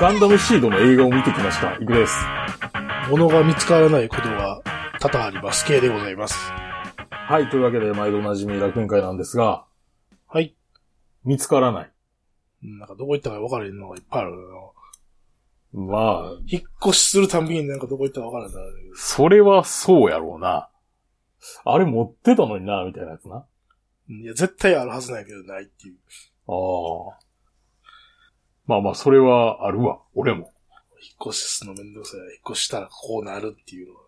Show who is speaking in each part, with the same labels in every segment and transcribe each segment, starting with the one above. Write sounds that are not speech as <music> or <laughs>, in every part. Speaker 1: ガンダムシードの映画を見てきました。いくです。
Speaker 2: 物が見つからないことが多々あります系でございます。
Speaker 1: はい、というわけで、毎度おなじみ楽園会なんですが、
Speaker 2: はい。
Speaker 1: 見つからない。
Speaker 2: うんなんかどこ行ったか分からへんのがいっぱいあるな。
Speaker 1: まあ、
Speaker 2: 引っ越しするたんびになんかどこ行ったか分からんな。
Speaker 1: それはそうやろうな。あれ持ってたのにな、みたいなやつな。あ
Speaker 2: うんいや、絶対あるはずなんやけどないっていう。
Speaker 1: あ。まあまあ、それはあるわ。俺も。
Speaker 2: 引っ越しするのめんどくさい。引っ越したらこうなるっていうのは。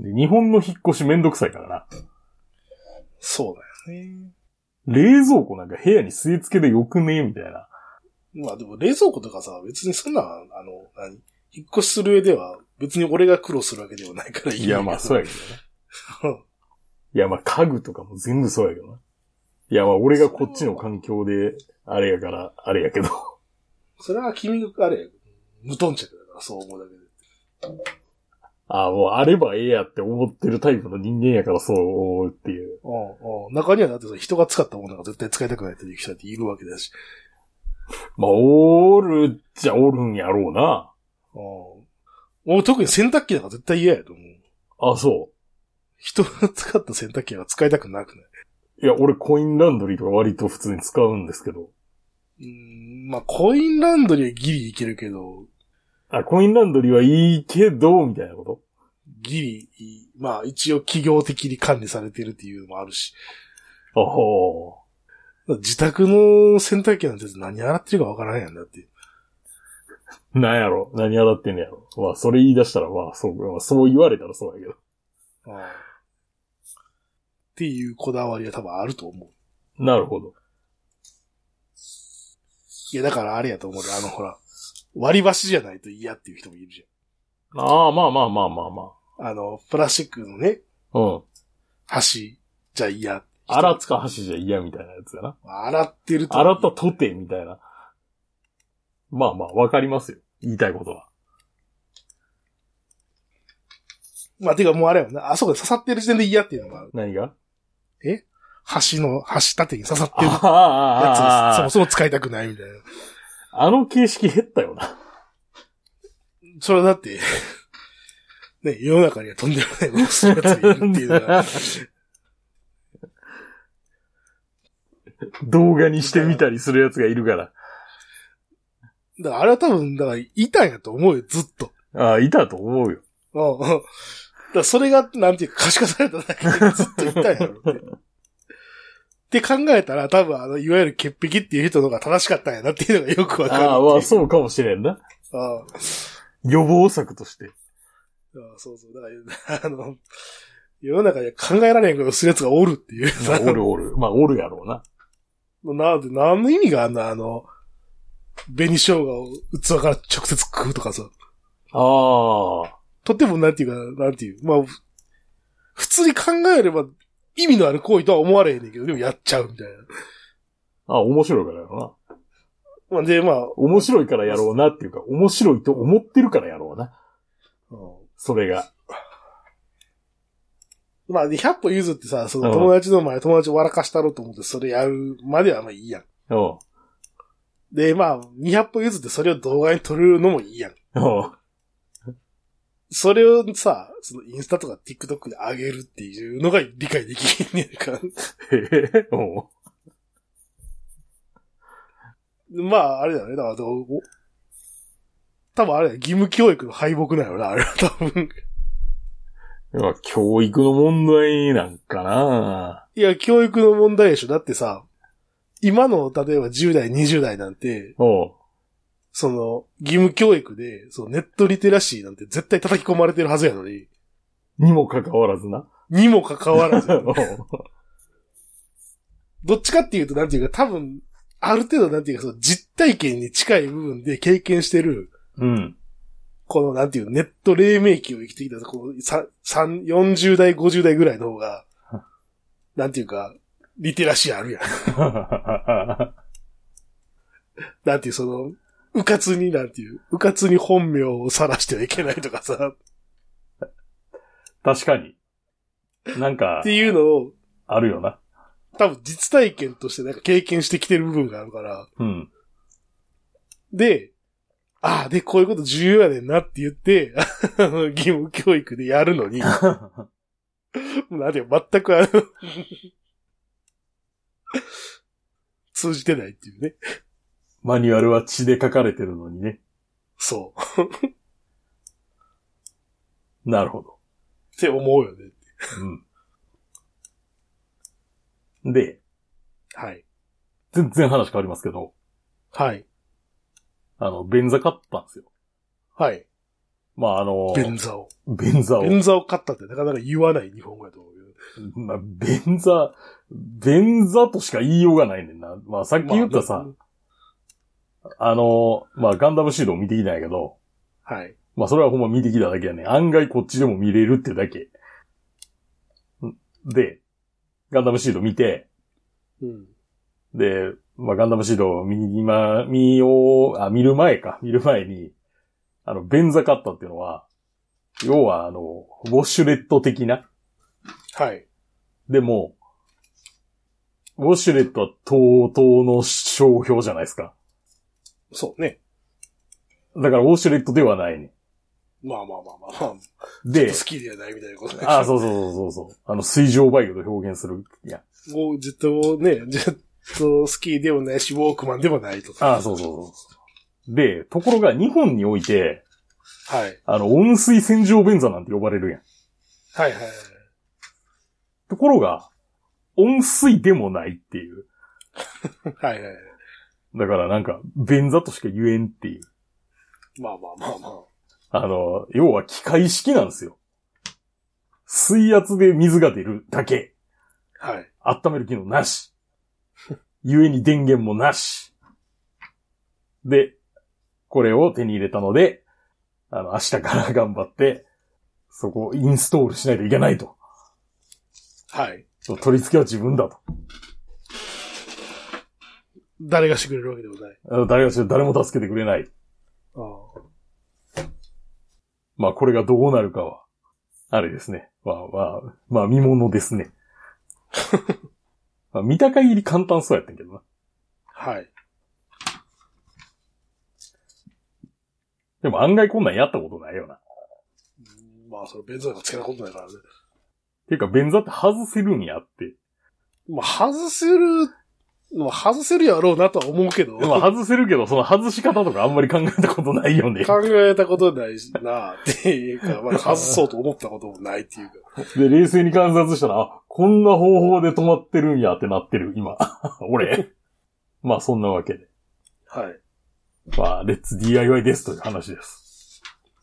Speaker 1: で日本の引っ越しめんどくさいからな。
Speaker 2: そうだよね。
Speaker 1: 冷蔵庫なんか部屋に据え付けでよくねみたいな。
Speaker 2: まあでも冷蔵庫とかさ、別にそんな、あの、何引っ越しする上では別に俺が苦労するわけではないからいい。
Speaker 1: いや、まあ、そうやけどね。いや、まあ、家具とかも全部そうやけどな。いや、まあ、俺がこっちの環境で、あれやから、あれやけど。
Speaker 2: それは君が、あれや、無頓着だから、そう思うだけで。
Speaker 1: ああ、もう、あればええやって思ってるタイプの人間やからそう思うっていう。
Speaker 2: うんうん。中にはだってさ人が使ったものが絶対使いたくないっていう人だっているわけだし。
Speaker 1: まあ、おるっちゃおるんやろうな。
Speaker 2: うん。俺特に洗濯機なんか絶対嫌やと思う。
Speaker 1: あ、そ。
Speaker 2: 人が使った洗濯機が使いたくなくない
Speaker 1: い
Speaker 2: う
Speaker 1: や、俺コインランドリーとか割と普通に使うんですけど。
Speaker 2: うーん、まあコインランドリーはギリいけるけど、
Speaker 1: あ、コインランドリーはいいけど、みたいなこと
Speaker 2: ギリいい、まあ一応企業的に管理されてるっていうのもあるし、
Speaker 1: ああ。
Speaker 2: 自宅の洗濯機なんて何洗ってるかわからんやんだって。
Speaker 1: なんやろ何洗ってんねやろまあ、それ言い出したら、まあ、そう、まあ、そう言われたらそうやけど。
Speaker 2: うん。っていうこだわりは多分あると思う。
Speaker 1: なるほど。
Speaker 2: いやだからあれやと思う。あのほら、割り箸じゃないと嫌っていう人もいるじ
Speaker 1: ああ、まあまあまあまあま
Speaker 2: ゃん。あの、プラスチックのね、
Speaker 1: あ。うん。
Speaker 2: 箸じゃ嫌。
Speaker 1: 洗った箸じゃ嫌みたいなやつやな。
Speaker 2: 洗ってると。
Speaker 1: 洗ったとてみたいな。まあまあ、わかりますよ。言いたいことは。
Speaker 2: まあ、てかもうあれやもんな。あそこで刺さってる時点で嫌っていうのがある。
Speaker 1: 何が
Speaker 2: 橋の、橋縦に刺さって
Speaker 1: ああ
Speaker 2: るやつ
Speaker 1: ああ
Speaker 2: そ
Speaker 1: あ
Speaker 2: もそも使いたくないみたいな。
Speaker 1: あ、あの形式減ったよな。
Speaker 2: それはだって、 <laughs> ね、世の中にはとんでもないことをするやつがいるっていうのが
Speaker 1: 動画にしてみたりするやつがいるから。
Speaker 2: だからあれは多分、だから、いたんやと思うよ、ずっと。
Speaker 1: ああ、いたと思うよ。
Speaker 2: うん。うんだからそれが、なんていうか、可視化されただけでずっといたんやろって。って考えたら、多分、あの、いわゆる潔癖っていう人の方が正しかったんやなっていうのがよくわかるっていう。
Speaker 1: ああ、まあ、そうかもしれんな。
Speaker 2: うん。
Speaker 1: 予防策と <laughs> して。
Speaker 2: ああそうそう。だから、あの、世の中には考えられへんことをするやつがおるっていう。
Speaker 1: まあおるおる。まあ、おるやろうな。
Speaker 2: なんで、何の意味があんな、あの、紅生姜を器から直接食うとかさ。
Speaker 1: ああ。
Speaker 2: とてもなんていうか、なんていう。まあ、ふ普通に考えれば意味のある行為とは思われへんねんけど、でもやっちゃうみたいな。
Speaker 1: ああ、面白いからやろうな。
Speaker 2: まあ、で、まあ、
Speaker 1: 面白いからやろうなっていうか、面白いと思ってるからやろうな。
Speaker 2: う
Speaker 1: それが。
Speaker 2: ん、まあ、で、100歩譲ってさ、その
Speaker 1: うん
Speaker 2: 友達の前、友達を笑かしたろうと思って、それやるまではまあいいやん。
Speaker 1: うん。
Speaker 2: で、まあ、200歩譲ってそれを動画に撮るのもいいやん。
Speaker 1: うん。
Speaker 2: それをさ、そのインスタとか TikTok で上げるっていうのが理解できへんねんか。 <laughs>
Speaker 1: へへうん。
Speaker 2: まあ、あれだよね。だから、どうお多分あれだよ。義務教育の敗北だよな、あれは <laughs> 多分。
Speaker 1: まあ、教育の問題なんかない
Speaker 2: や、教育の問題でしょ。だってさ、今の、例えば10代、20代なんて、
Speaker 1: おう
Speaker 2: その、義務教育で、そのネットリテラシーなんて絶対叩き込まれてるはずやのに、
Speaker 1: にもかかわらずな。
Speaker 2: にもかか
Speaker 1: <laughs>
Speaker 2: わらず、
Speaker 1: おう
Speaker 2: どっちかっていうと、なんていうか、多分、ある程度、なんていうか、その実体験に近い部分で経験してる、
Speaker 1: うん。 <laughs>
Speaker 2: この、なんていうの、ネット黎明期を生きてきた、この、さ三40代、50代ぐらいの方が、なんていうか、リテラシーあるやん。なんていう、その、うかつになんていう、うかつに本名を晒してはいけないとかさ、
Speaker 1: 確かに。なんか
Speaker 2: っ、ていうのを、
Speaker 1: あるよな。
Speaker 2: 多分実体験としてなんか経験してきてる部分があるから、
Speaker 1: うん。
Speaker 2: で、ああ、で、こういうこと重要やねんなって言って、あの義務教育でやる
Speaker 1: <laughs>
Speaker 2: のに、なんで全くあの、通じてないっていうね。
Speaker 1: マニュアルは血で書かれてるのにね。
Speaker 2: そう。
Speaker 1: なるほど。
Speaker 2: って思うよね。
Speaker 1: うん。で、
Speaker 2: はい。
Speaker 1: 全然話変わりますけど、
Speaker 2: はい。
Speaker 1: あの、便座買ったんですよ。
Speaker 2: はい。
Speaker 1: まあ、あの、
Speaker 2: 便座を。
Speaker 1: 便座を。
Speaker 2: 便座を買ったってなかなか言わない日本語やと思うけど。
Speaker 1: まあ、便座、便座としか言いようがないねんな。まあ、さっき言ったさ、あの、まあ、ガンダムシードを見てきたんやけど、
Speaker 2: はい。
Speaker 1: まあ、それはほんま見てきただけやねん。案外こっちでも見れるってだけ。んで、ガンダムシード見て、
Speaker 2: うん。
Speaker 1: で、まあ、ガンダムシードを見に、ま、見よう、あ、見る前か。見る前に、あの、便座買ったっていうのは、要は、あの、ウォシュレット的な。
Speaker 2: はい。
Speaker 1: でも、ウォシュレットはとうとうの商標じゃないですか。
Speaker 2: そうね。
Speaker 1: だからウォシュレットではないね。
Speaker 2: まあまあまあまあまあ。
Speaker 1: で
Speaker 2: 好、きではないみたいなことね。
Speaker 1: あ、そうそうそうそうそう。あの、水上バイクと表現する。いや、
Speaker 2: う。もうずっともうね、ずっと好きでもないし、ウォークマンでもないと。
Speaker 1: あ、そうそうそうそう。で、ところが日本において、
Speaker 2: はい。
Speaker 1: あの、温水洗浄便座なんて呼ばれるやん。
Speaker 2: はいはいはい。
Speaker 1: ところが、温水でもないっていう。
Speaker 2: はいはい。
Speaker 1: だからなんか、便座としか言えんっていう。
Speaker 2: まあまあまあまあ。
Speaker 1: あの、要は機械式なんですよ。水圧で水が出るだけ。
Speaker 2: はい。
Speaker 1: 温める機能なし。故に電源もなし。で、これを手に入れたので、あの、明日から頑張って、そこをインストールしないといけないと。
Speaker 2: はい。
Speaker 1: 取り付けは自分だと
Speaker 2: 誰がしてくれるわけでもない。
Speaker 1: あの。誰がし誰も助けてくれない。
Speaker 2: あ
Speaker 1: まあ、これがどうなるかは、あれですね。まあまあ、まあ見物ですね。 <laughs> まあ見た限り簡単そうやったけどな。
Speaker 2: あはい。
Speaker 1: でも案外こんなんやったことないよな。
Speaker 2: まあ、そのベンザがつけたことないからね。
Speaker 1: ていうか、便座って外せるんやって。
Speaker 2: まあ、外せる、まあ、外せるやろうなとは思うけど、
Speaker 1: まあ外せるけど、その外し方とかあんまり考えたことないよね。
Speaker 2: 考えたことないしなっていうか、まあ、外そうと思ったこともないっていうか。
Speaker 1: で、冷静に観察したら、あ、こんな方法で止まってるんやってなってる、今。 <laughs> 俺。まあそんなわけで。
Speaker 2: はい。
Speaker 1: まあ、レッツ DIY ですという話です。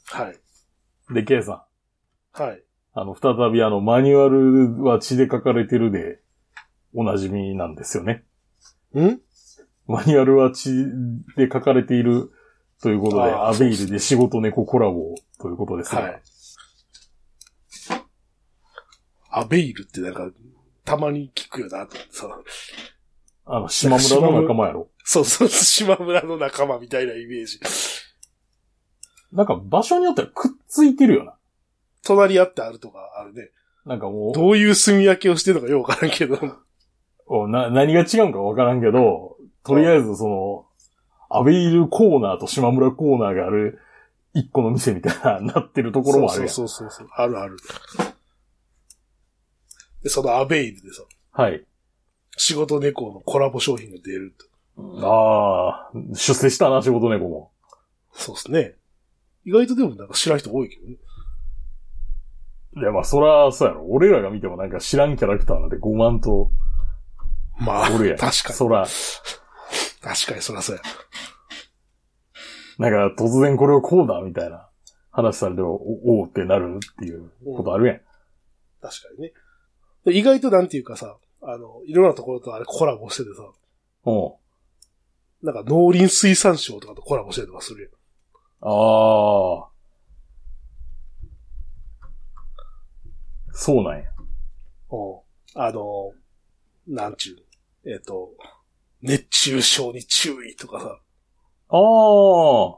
Speaker 2: はい。
Speaker 1: で、K さ
Speaker 2: はい。
Speaker 1: ん。あの、再びあの、マニュアルは血で書かれてるで、おなじみなんですよね。
Speaker 2: ん
Speaker 1: マニュアルは血で書かれているということで、
Speaker 2: あー
Speaker 1: アベイルで仕事猫コラボということですが
Speaker 2: はい。アベイルってなんか、たまに聞くよなと思ってさ。
Speaker 1: あの、島村の仲間やろ。
Speaker 2: そうそう、島村の仲間みたいなイメージ。
Speaker 1: なんか場所によってはくっついてるよな。
Speaker 2: 隣り合ってあるとかあるね。
Speaker 1: なんかもう、
Speaker 2: どういう住み分けをしてるのかよくわからんけど。
Speaker 1: おな何が違うんかわからんけど、とりあえずその、アベイルコーナーと島村コーナーがある一個の店みたいな、なってるところもあるやん。
Speaker 2: そうそうそうそう。あるある。で、そのアベイルでさ、
Speaker 1: はい。
Speaker 2: 仕事猫のコラボ商品が出ると。
Speaker 1: ああ、出世したな、仕事猫も。
Speaker 2: そうですね。意外とでもなんか知らん人多いけどね。
Speaker 1: いや、まあ、そら、そうやろ。俺らが見てもなんか知らんキャラクターなんて5万と
Speaker 2: まあ、
Speaker 1: おるやん。
Speaker 2: 確かに。
Speaker 1: そら、
Speaker 2: 確かにそらそうや。
Speaker 1: なんか突然これをこうだ、みたいな話されても、おおーってなるっていうことあるやん。
Speaker 2: 確かにね。で意外となんていうかさ、あの、いろんなところとあれコラボしててさ、
Speaker 1: うん。
Speaker 2: なんか農林水産省とかとコラボしてたりとかするやん。
Speaker 1: ああ。そうなんや。
Speaker 2: うんあの、なんちゅう、えっ、と、熱中症に注意とかさ、
Speaker 1: ああ。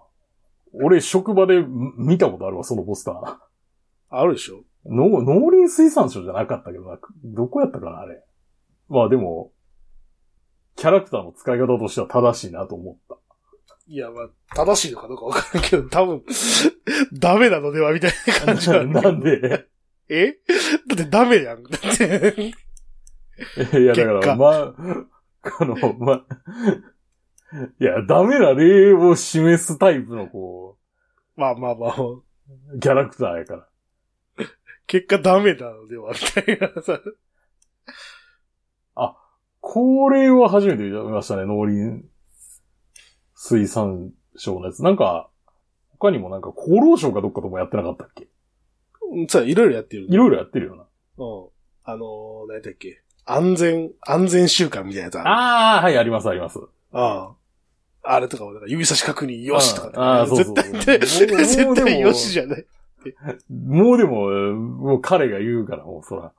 Speaker 1: 俺、職場でん見たことあるわ、そのポスター。 <laughs>
Speaker 2: あるでしょ
Speaker 1: 農農林水産省じゃなかったけどな。くどこやったかな、あれ。まあでも、キャラクターの使い方としては正しいなと思っ
Speaker 2: いや、まあ、正しいのかどうかわからんけど、多分、ダメなのではみたいな感じなんだ
Speaker 1: <laughs> な
Speaker 2: けど
Speaker 1: んで
Speaker 2: えだってダメやん。だ <laughs> って、
Speaker 1: いや、だか
Speaker 2: 結果
Speaker 1: ら、まあ、あの、まあ、いや、ダメな例を示すタイプの、こ
Speaker 2: まあまあまあ、
Speaker 1: う、キャラクターやから。
Speaker 2: 結果ダメなのではみたいなさ。
Speaker 1: これは初めて見ましたね、農林水産省のやつ。なんか、他にもなんか厚労省かどっかともやってなかったっけ
Speaker 2: うんそう、いろいろやってる。
Speaker 1: いろいろやってるよな。
Speaker 2: うん。あのー、何だっけ。安全、安全習慣みたいなやつある。
Speaker 1: ああ、はい、あります、あります。
Speaker 2: ああ。あれとかも、なんか指差し確認よしとかね
Speaker 1: ああ、そうそう。
Speaker 2: 絶対、絶対よしじゃない。
Speaker 1: もうでも、もう彼が言うから、もうそら。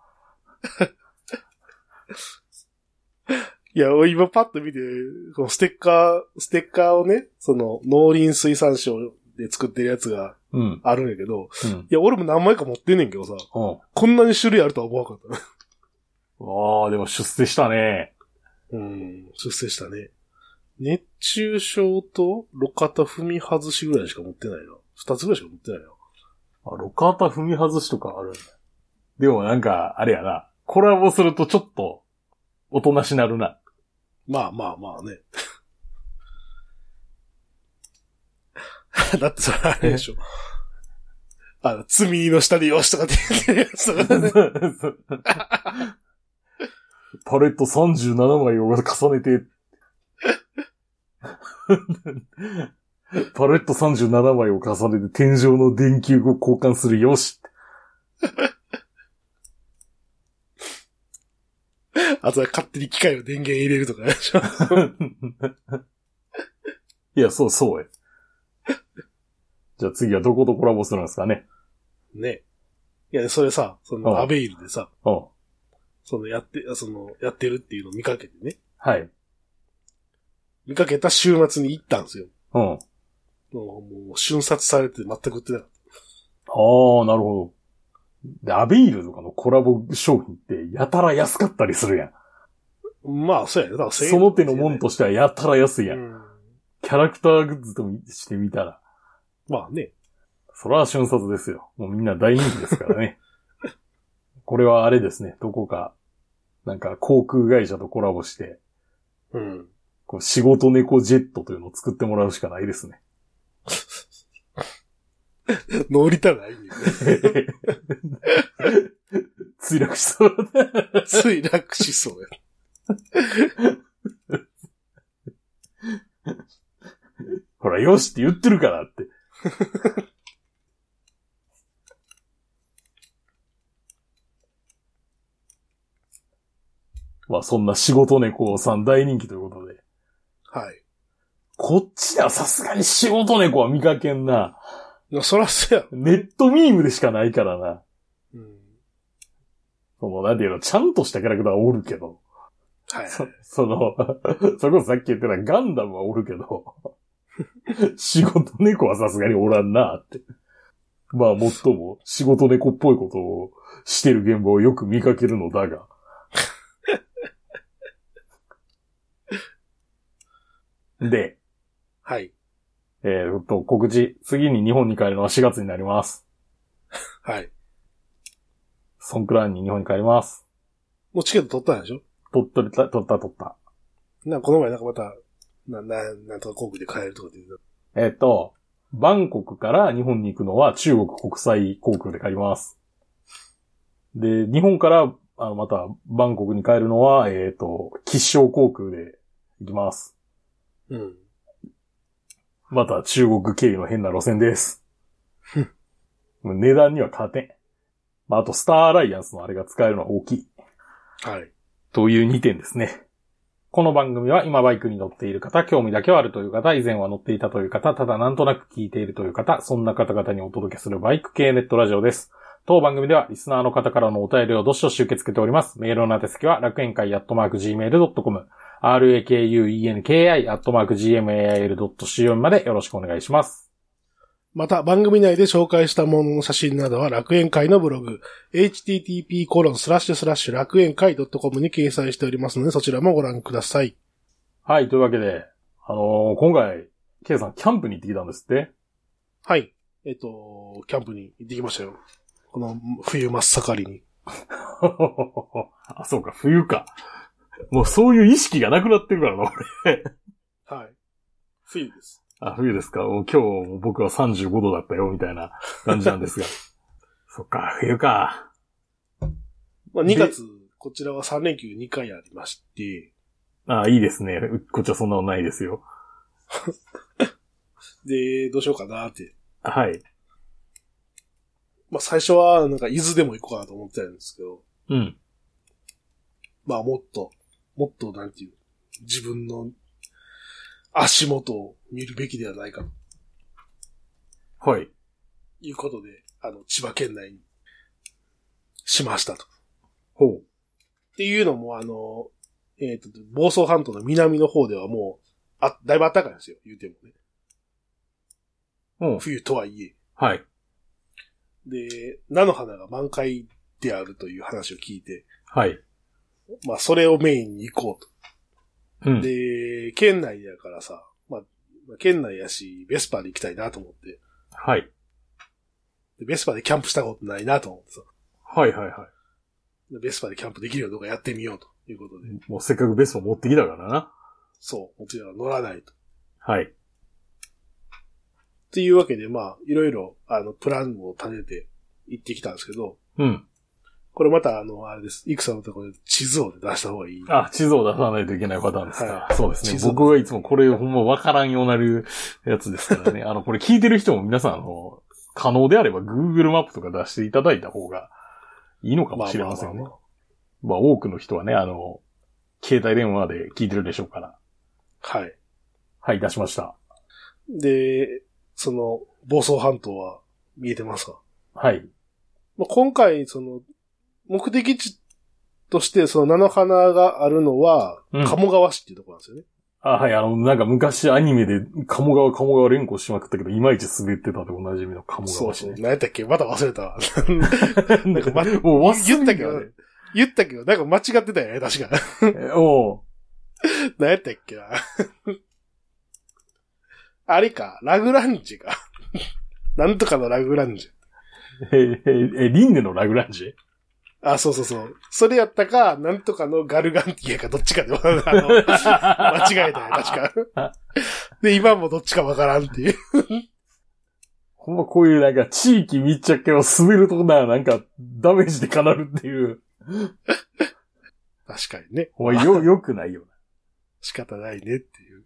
Speaker 2: いや、俺今パッと見て、このステッカー、ステッカーをね、その農林水産省で作ってるやつが
Speaker 1: うん。
Speaker 2: あるんやけど、
Speaker 1: うん。
Speaker 2: いや、俺も何枚か持ってんねんけどさ、
Speaker 1: うん。
Speaker 2: こんなに種類あるとは思わなかった。
Speaker 1: ああ、でも出世したね。
Speaker 2: うん、出世したね。熱中症と路肩踏み外しぐらいしか持ってないな。二つぐらいしか持ってないな。
Speaker 1: あ、路肩踏み外しとかあるんだ。でもなんか、あれやな。コラボするとちょっと、おとなしなるな。
Speaker 2: まあまあまあね。 <laughs> だってそれあれでしょ。あの、罪の下でよしとかって言ってるやつとか
Speaker 1: <laughs>
Speaker 2: ね。
Speaker 1: パレット37枚を重ねて、パレット37枚を重ねて天井の電球を交換するよし。
Speaker 2: あとは勝手に機械の電源入れるとかでしょ。
Speaker 1: いや、そうそうや。じゃあ次はどことコラボするんですかね。
Speaker 2: ね。いや、それさ、そうの、
Speaker 1: ん
Speaker 2: アベイルでさ、
Speaker 1: うん。
Speaker 2: その、やって、その、やってるっていうのを見かけてね。
Speaker 1: はい。
Speaker 2: 見かけた週末に行ったんですよ。
Speaker 1: うん。
Speaker 2: もう、もう瞬殺されて全く売ってなかっ
Speaker 1: ああ、なるほど。で、アベイルとかのコラボ商品ってやたら安かったりするやん。
Speaker 2: た。まあ、そうやね。だから1000円
Speaker 1: その手のもんとしてはやたら安いや。
Speaker 2: うんん
Speaker 1: キャラクターグッズとしてみたら。
Speaker 2: まあね。
Speaker 1: それは瞬殺ですよ。もうみんな大人気ですからね。 <laughs> これはあれですね、どこか、なんか航空会社とコラボして、
Speaker 2: うん。
Speaker 1: こう仕事猫ジェットというのを作ってもらうしかないです <laughs> ね。
Speaker 2: 乗りたないんよね。
Speaker 1: 墜落しそうだ。
Speaker 2: 墜落しそうや。
Speaker 1: ほら、よしって言ってるからって。 <laughs> まあそんな仕事猫さん大人気ということで。
Speaker 2: はい。
Speaker 1: こっちではさすがに仕事猫は見かけんな。
Speaker 2: いやそらそうやろ。
Speaker 1: ネットミームでしかないからな。
Speaker 2: うん。
Speaker 1: その、なんていうの、ちゃんとしたキャラクターはおるけど。
Speaker 2: はい。
Speaker 1: そその、 <laughs> それこそさっき言ってたガンダムはおるけど、 <laughs> 仕事猫はさすがにおらんなって。まあ、もっとも、仕事猫っぽいことをしてる現場をよく見かけるのだが。 <laughs> で、
Speaker 2: はい。
Speaker 1: えーっと、告知。次に日本に帰るのは4月になります。
Speaker 2: はい。
Speaker 1: ソンクラーンに日本に帰ります。
Speaker 2: もうチケット取ったんでしょ
Speaker 1: 取っとりた、取った取った。
Speaker 2: なんかこの前なんかまた、な、な、なんとか航空で買えるとかって言って
Speaker 1: えっ、と、バンコクから日本に行くのは中国国際航空で帰ります。で、日本から、あの、また、バンコクに帰るのは、えっ、と、吉祥航空で行きます。
Speaker 2: た。うん。
Speaker 1: また、中国経由の変な路線です。もう値段には勝てん。まあ、あと、スターアライアンスのあれが使えるのは大きい。
Speaker 2: はい。
Speaker 1: という2点ですね。この番組は今バイクに乗っている方、興味だけはあるという方、以前は乗っていたという方、ただなんとなく聞いているという方、そんな方々にお届けするバイク系ネットラジオです。当番組ではリスナーの方からのお便りをどしどし受け付けております。メールの宛先は楽園会アットマーク Gmail.com、rakuenki アットマーク Gmail.co までよろしくお願いします。
Speaker 2: また、番組内で紹介したものの写真などは楽園会のブログ、http コロンスラッシュスラッシュ楽園会 .com に掲載しておりますので、そちらもご覧ください。
Speaker 1: はい、というわけで、あのー今回、ケイさん、キャンプに行ってきたんですって
Speaker 2: はい。えっと、キャンプに行ってきましたよ。この冬真っ盛りに。
Speaker 1: <laughs> あ、そうか、冬か。もうそういう意識がなくなってるからな、俺。
Speaker 2: はい。冬です。
Speaker 1: あ、冬ですか。もう今日も僕は35度だったよ、みたいな感じなんですが。 <laughs> そっか、冬か。
Speaker 2: まあ
Speaker 1: で
Speaker 2: 2月、こちらは3連休2回ありまして、
Speaker 1: あいいですね。こっちはそんなのないですよ。
Speaker 2: で、どうしようかなって。
Speaker 1: はい。
Speaker 2: まあ最初はなんか伊豆でも行こうかなと思ってたんですけど、
Speaker 1: うん。
Speaker 2: まあもっと、もっとなんていう、自分の足元を見るべきではないかと
Speaker 1: はい。
Speaker 2: いうことで、あの、千葉県内にしましたと。
Speaker 1: ほう。
Speaker 2: っていうのも、あの、えっ、と、房総半島の南の方ではもう、あ、だいぶ暖かいんですよ、言うてもね。
Speaker 1: うん。
Speaker 2: 冬とはいえ。
Speaker 1: はい。
Speaker 2: で、菜の花が満開であるという話を聞いて、
Speaker 1: はい。
Speaker 2: まあ、それをメインに行こう
Speaker 1: う
Speaker 2: と。
Speaker 1: ん。
Speaker 2: で、県内やからさ、まあ、まあ県内やし、ベスパーで行きたいなと思って、
Speaker 1: はい。
Speaker 2: でベスパーでキャンプしたことないなと思ってさ、
Speaker 1: はいはいは
Speaker 2: でベスパーでキャンプできるようどうかやってみようということで、
Speaker 1: い。もうせっかくベスト持ってきたからな。
Speaker 2: そう、もちろん乗らないと。
Speaker 1: はい。
Speaker 2: っていうわけで、まあ、いろいろ、あの、プランを立てて行ってきたんですけど、
Speaker 1: うん。
Speaker 2: これまた、あの、あれです。いくさんのところで地図を出した方がいい。
Speaker 1: あ、地図を出さないといけないパターンですか。
Speaker 2: は
Speaker 1: そうです
Speaker 2: 地
Speaker 1: ね。
Speaker 2: 図
Speaker 1: 僕はいつもこれほんまわからんようなるやつですから <laughs> ね。あの、これ聞いてる人も皆さん、あの、可能であれば Google マップとか出していただいた方がいいのかもしれませんね。まあ多くの人はね、あの、携帯電話で聞いてるでしょうから。
Speaker 2: はい。
Speaker 1: はい、出しました。
Speaker 2: で、その、房総半島は見えてますか、
Speaker 1: はい。
Speaker 2: まあ、今回、その、目的地として、その菜の花があるのは、
Speaker 1: うん
Speaker 2: 鴨川市っていうところなんですよね。
Speaker 1: あ、はい、あの、なんか昔アニメで鴨川鴨川連呼しまくったけど、いまいち滑ってたでおなじみの鴨
Speaker 2: そ
Speaker 1: 川
Speaker 2: う
Speaker 1: 市 <laughs>
Speaker 2: そう。
Speaker 1: ね。
Speaker 2: 何やったっけまた忘れたわ。 <laughs> なんかま
Speaker 1: もう忘
Speaker 2: 言
Speaker 1: れ
Speaker 2: っ
Speaker 1: た
Speaker 2: たけ
Speaker 1: け
Speaker 2: ど
Speaker 1: ど、
Speaker 2: ね言ったけど、なんか間違ってたよね、確か。
Speaker 1: ね。 <laughs> おう
Speaker 2: 何やったっけな。 <laughs> あれか、ラグランジか。 <laughs> なんとかのラグランジ。
Speaker 1: え、え、え、リンネのラグランジ
Speaker 2: あ、そうそうそう。それやったか、なんとかのガルガンティアか、どっちかで、あ <laughs> の、
Speaker 1: <laughs>
Speaker 2: 間違えたよ、確か。で、今もどっちかわからんっていう。
Speaker 1: <laughs> ほんまこういうなんか地域密着系を滑るとな、なんかダメージでかなるっていう。
Speaker 2: 確かにね。
Speaker 1: ほんま <laughs> よ、よくないよ
Speaker 2: 仕方ないねっていう。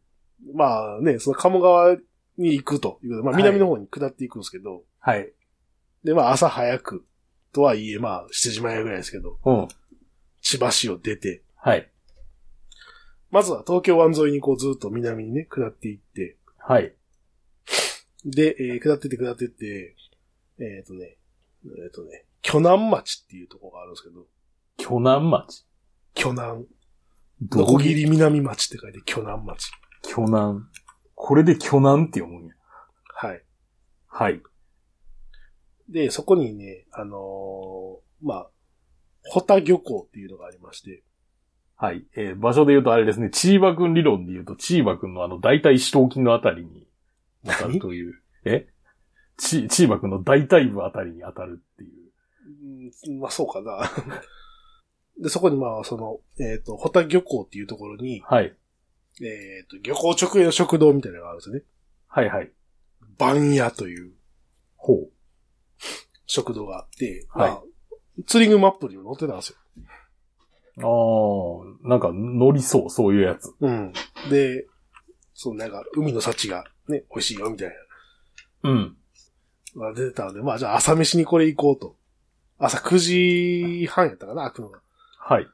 Speaker 2: まあね、その鴨川に行くということで、ま
Speaker 1: は
Speaker 2: あ
Speaker 1: い
Speaker 2: 南の方に下っていくんですけど、
Speaker 1: な。はい。
Speaker 2: で、まあ朝早く、とはいえ、まあ7時前ぐらいですけど、
Speaker 1: うん。
Speaker 2: 千葉市を出て、
Speaker 1: はい。
Speaker 2: まずは東京湾沿いにこうずっと南にね、下っていって、
Speaker 1: はい。
Speaker 2: で、えー下ってって下ってって、えっ、とね、えっ、とね、巨南町っていうところがあるんですけど、
Speaker 1: 巨南町。
Speaker 2: 巨南、
Speaker 1: ど
Speaker 2: のこぎり南町って書いて巨南町。
Speaker 1: 巨南。これで巨南って思うんや。
Speaker 2: はい。
Speaker 1: はい。
Speaker 2: で、そこにね、あのーまあ、ホタ漁港っていうのがありまして、
Speaker 1: はい。えー場所で言うとあれですね、チーバくん理論で言うと、チーバくんのあの、大体四頭筋のあたりに当たるという。えチチーバくんの大体部あたりに当たるっていう。
Speaker 2: うんまあそうかな。 <laughs> で、そこにまあ、その、えっ、と、ホタ漁港っていうところに、
Speaker 1: はい。
Speaker 2: えっ、と、漁港直営の食堂みたいなのがあるんですよね。
Speaker 1: はいはい。
Speaker 2: 番屋という
Speaker 1: ほう。
Speaker 2: 食堂があって、
Speaker 1: はい
Speaker 2: まあ、ツーリングマップにも載ってたんですよ
Speaker 1: ああ、なんか乗りそう、そういうやつ。
Speaker 2: うん。で、そう、なんか、海の幸がね、美味しいよ、みたい
Speaker 1: うん。
Speaker 2: な、が出てたので、まあ、じゃあ朝飯にこれ行こうと。朝9時半やったかな、開くのが。
Speaker 1: はい。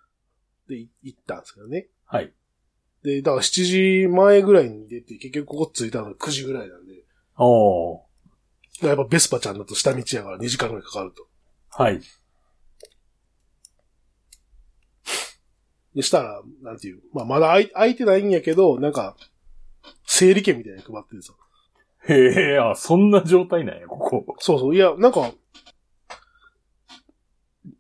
Speaker 2: で、い行ったんですけどね。
Speaker 1: はい。
Speaker 2: で、だから7時前ぐらいに出て、結局ここ着いたのが9時ぐらいなんで、
Speaker 1: ああ。
Speaker 2: やっぱベスパちゃんだと下道やから2時間ぐらいかかると。
Speaker 1: はい。
Speaker 2: で、したら、なんていう、まあ、まだ開い開いてないんやけど、なんか、整理券みたいなの配ってるさ。
Speaker 1: へえ、あ、そんな状態なんや、ここ。
Speaker 2: そうそう、いや、なんか、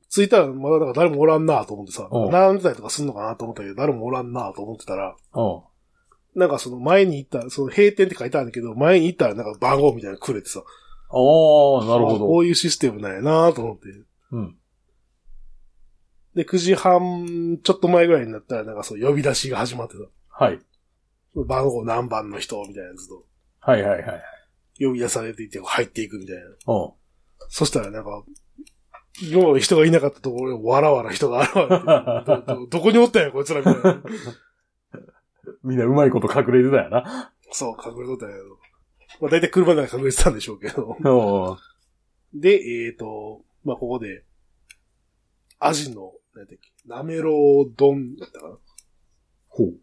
Speaker 2: 着いたらまだなんか誰もおらんなと思ってさ、
Speaker 1: うん
Speaker 2: 並んでたりとかすんのかなと思ったけど、誰もおらんなと思ってたら、
Speaker 1: う
Speaker 2: なんかその前に行った、その閉店って書いてあるんだけど、前に行ったらなんか番号みたいなのくれて
Speaker 1: あ
Speaker 2: さ。
Speaker 1: あ、なる
Speaker 2: あこ
Speaker 1: ほど。
Speaker 2: ういうシステムなんやなと思って。
Speaker 1: うん。
Speaker 2: で、9時半ちょっと前ぐらいになったらなんかそう呼び出しが始まってた。
Speaker 1: はい。
Speaker 2: 番号何番の人みたいなやつと
Speaker 1: はいはいはい。
Speaker 2: 呼び出されていって入っていくみたいな。
Speaker 1: うん。
Speaker 2: そしたらなんか、今まで人がいなかったところにわらわら人が現れて、どど <laughs> どこにおったんや、こいつらみたいな。
Speaker 1: <laughs> みんなうまいこと隠れてたよな。
Speaker 2: そう、隠れとったんやけど。まあ大体車の中に隠れてたんでしょうけど。
Speaker 1: うん。
Speaker 2: で、えっ、と、まあここで、アジの、なんだっけ、なめろう丼だったかな
Speaker 1: ほう。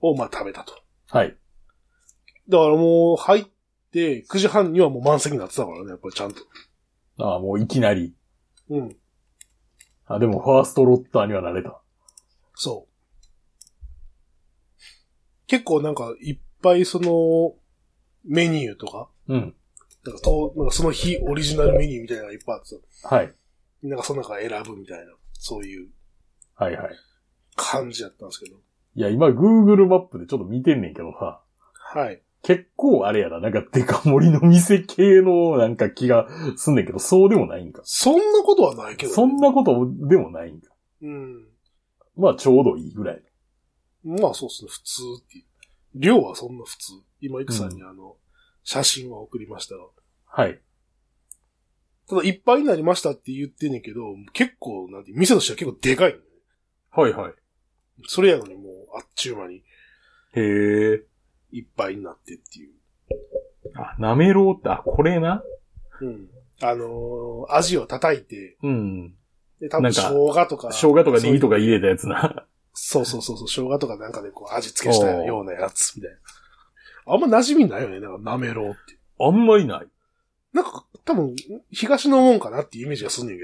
Speaker 2: をまあ食べたと。
Speaker 1: はい。
Speaker 2: だからもう入って、9時半にはもう満席になってたからね、やっぱりちゃんと。
Speaker 1: ああ、もういきなり。
Speaker 2: うん。
Speaker 1: あ、でもファーストロッターにはなれた。
Speaker 2: そう。結構なんかいっぱいその、メニューとか、
Speaker 1: うん。
Speaker 2: なんかとなんかその日オリジナルメニューみたいなのがいっぱいあってさ
Speaker 1: はい。
Speaker 2: なんかその中選ぶみたいな、そういう
Speaker 1: はいはい。
Speaker 2: 感じだったんですけど。
Speaker 1: いや、今 Google マップでちょっと見てんねんけどさ。
Speaker 2: はい。
Speaker 1: 結構あれやな、なんかデカ盛りの店系のなんか気がすんねんけど、そうでもないんか。
Speaker 2: そんなことはないけど、ね。
Speaker 1: そんなことでもないんか。
Speaker 2: うん。
Speaker 1: まあちょうどいいぐらい。
Speaker 2: まあそうですね、普通っていう。量はそんな普通。今、いくさんにあの、写真は送りましたが。
Speaker 1: はい。
Speaker 2: ただ、いっぱいになりましたって言ってんねんけど、結構、なんて、店としては結構でかい、
Speaker 1: はいはい。
Speaker 2: それやのにもう、あっちゅう間に
Speaker 1: へえ。
Speaker 2: いっぱいになってっていう。
Speaker 1: あ、なめろうって、あ、これな
Speaker 2: うん。あのー、味を叩いて、
Speaker 1: うん。
Speaker 2: で、多
Speaker 1: な
Speaker 2: 分
Speaker 1: ん
Speaker 2: 生
Speaker 1: か
Speaker 2: 姜とか。
Speaker 1: 生姜とかネギと
Speaker 2: か。
Speaker 1: か入れたやつな。
Speaker 2: そうそうそうそう、生姜とかなんかでこう、味付けしたようなやつ、みたいな。あんま馴染みないよね、なんか、なめろうって。
Speaker 1: あんまりない。
Speaker 2: なんか、多分、東のもんかなっていうイメージがすんねんけ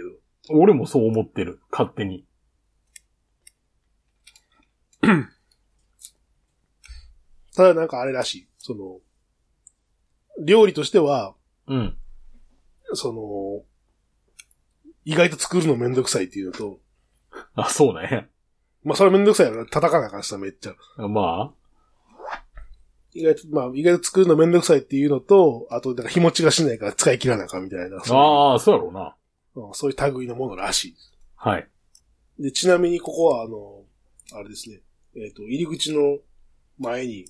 Speaker 2: ど。
Speaker 1: 俺もそう思ってる。勝手に。
Speaker 2: ただなんかあれらしい。その、料理としては、
Speaker 1: うん。
Speaker 2: その、意外と作るのめんどくさいっていうのと、
Speaker 1: あ、そうね。
Speaker 2: まあそれはめんどくさいよな。叩かなあかんしさ、めっちゃ。
Speaker 1: ま
Speaker 2: 意外と、まあ意外と作るのめんどくさいっていうのと、あとなんか日持ちがしないから使い切らなあかんみたいな。
Speaker 1: あ。
Speaker 2: そう
Speaker 1: ああ、そうやろうな。
Speaker 2: うんそういう類のものらし
Speaker 1: はい。
Speaker 2: い。で、ちなみにここはあの、あれですね。えっ、と、入り口の前に、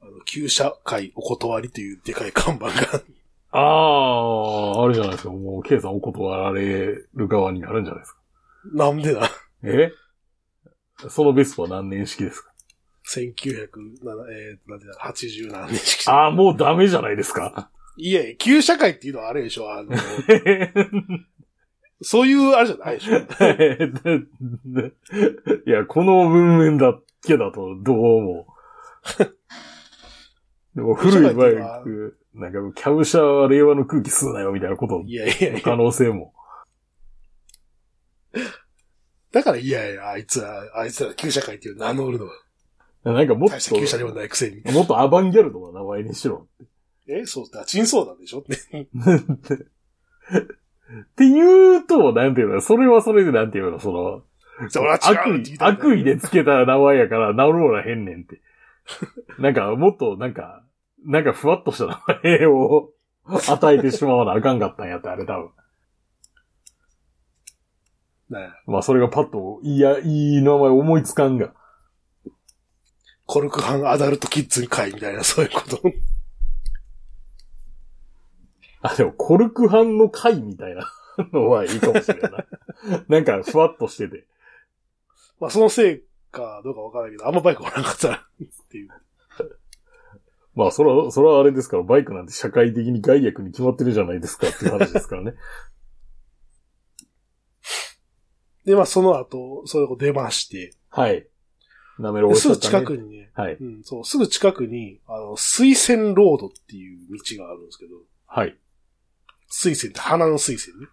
Speaker 2: あの、旧社会お断りというでかい看板が <laughs>
Speaker 1: ああ、あるじゃないですか。もう、ケイさんお断られる側になるんじゃないですか。
Speaker 2: なんでな。
Speaker 1: えそのベストは何年式ですか
Speaker 2: 1987、えー、なんてな、80何年式。
Speaker 1: ああ、もうダメじゃないです <laughs> か。
Speaker 2: いやいや、旧社会っていうのはあれでし
Speaker 1: <laughs>
Speaker 2: ょ、あの、そういうあれじゃないでしょ。
Speaker 1: <laughs> いや、この文面だけだと、どうも。
Speaker 2: <laughs>
Speaker 1: でも古いバイク、なんか、キャブ車は令和の空気吸うなよ、みたいなこと
Speaker 2: いやいや
Speaker 1: の
Speaker 2: い
Speaker 1: 可
Speaker 2: や。
Speaker 1: 能性も。
Speaker 2: だからいやいや、あいつら、あいつら旧社会っていうのを名乗るのは、
Speaker 1: なんかもっ
Speaker 2: 大した旧社で
Speaker 1: と、
Speaker 2: はないくせに。
Speaker 1: もっとアバンギャルドな名前にしろ。
Speaker 2: え、そうだ、珍相談でしょって。
Speaker 1: って言うと、なんていうの、それはそれでなんていうの、その、
Speaker 2: そら違う
Speaker 1: 悪
Speaker 2: って言
Speaker 1: 意
Speaker 2: い、たいんだよ
Speaker 1: 悪意でつけた名前やから、なろうらへんねんって。なんか、もっと、なんか、なんかふわっとした名前を与えてしまわなあかんかったんやって、あれ多分。
Speaker 2: ね
Speaker 1: まあ、それがパッと、いや、いい名前思いつかんが。
Speaker 2: コルクハンアダルトキッズに会みたいな、そういうこと。 <laughs>
Speaker 1: あ、でも、コルクハンの会みたいなのはいいかもしれん
Speaker 2: <laughs>
Speaker 1: ない。なんか、ふわっとしてて。
Speaker 2: まあ、そのせいかどうかわからないけど、あんまバイクおらんかったら、っていう。
Speaker 1: まあ、それは、それはあれですから、バイクなんて社会的に害悪に決まってるじゃないですかっていう話ですからね。
Speaker 2: で、まあ、その後、それを出まして、
Speaker 1: はい。なめろ
Speaker 2: で
Speaker 1: う
Speaker 2: すぐ近
Speaker 1: に。
Speaker 2: くにね、
Speaker 1: はい。
Speaker 2: うん、そう、すぐ近くに、あの、水仙ロードっていう道があるんですけど、
Speaker 1: はい。
Speaker 2: 水仙って花の水仙ね。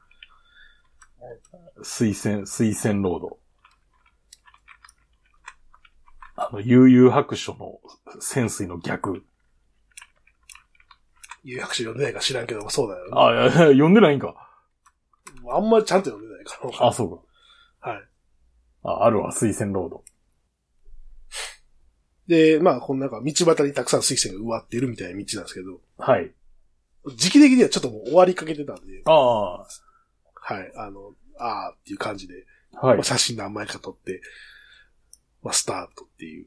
Speaker 1: 水仙、水仙ロード。あの、悠々白書の潜水の逆。
Speaker 2: 有白書読んでないか知らんけど、そうだよね、
Speaker 1: あ、いや読んでないんか。
Speaker 2: あんまりちゃんと読んでないから。
Speaker 1: あ、そう
Speaker 2: はい。
Speaker 1: か。あ、あるわ、水仙ロード。
Speaker 2: で、まあ、このなんか道端にたくさん水仙が植わってるみたいな道なんですけど、
Speaker 1: はい。
Speaker 2: 時期的にはちょっともう終わりかけてたんで、
Speaker 1: ああ。は
Speaker 2: はい、あの、あーっていう感じで、
Speaker 1: い
Speaker 2: まあ。写真何枚か撮って、まあ、スタートっていう、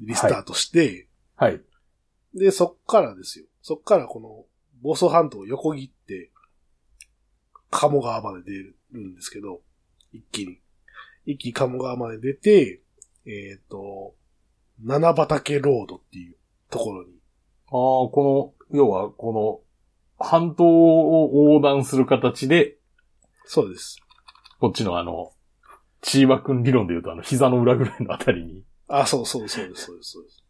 Speaker 2: リスタートして、
Speaker 1: はい。
Speaker 2: で、そっからですよ。そっからこの、房総半島を横切って、鴨川まで出るんですけど、一気に。一気に鴨川まで出て、えっ、と、七畑ロードっていうところに、
Speaker 1: ああ、この、要は、この、半島を横断する形で、
Speaker 2: そうです。
Speaker 1: こっちのあの、チーバくん理論で言うと、あの、膝の裏ぐらいのあたりに。
Speaker 2: あ、そうそうそうです、そうです、そうです。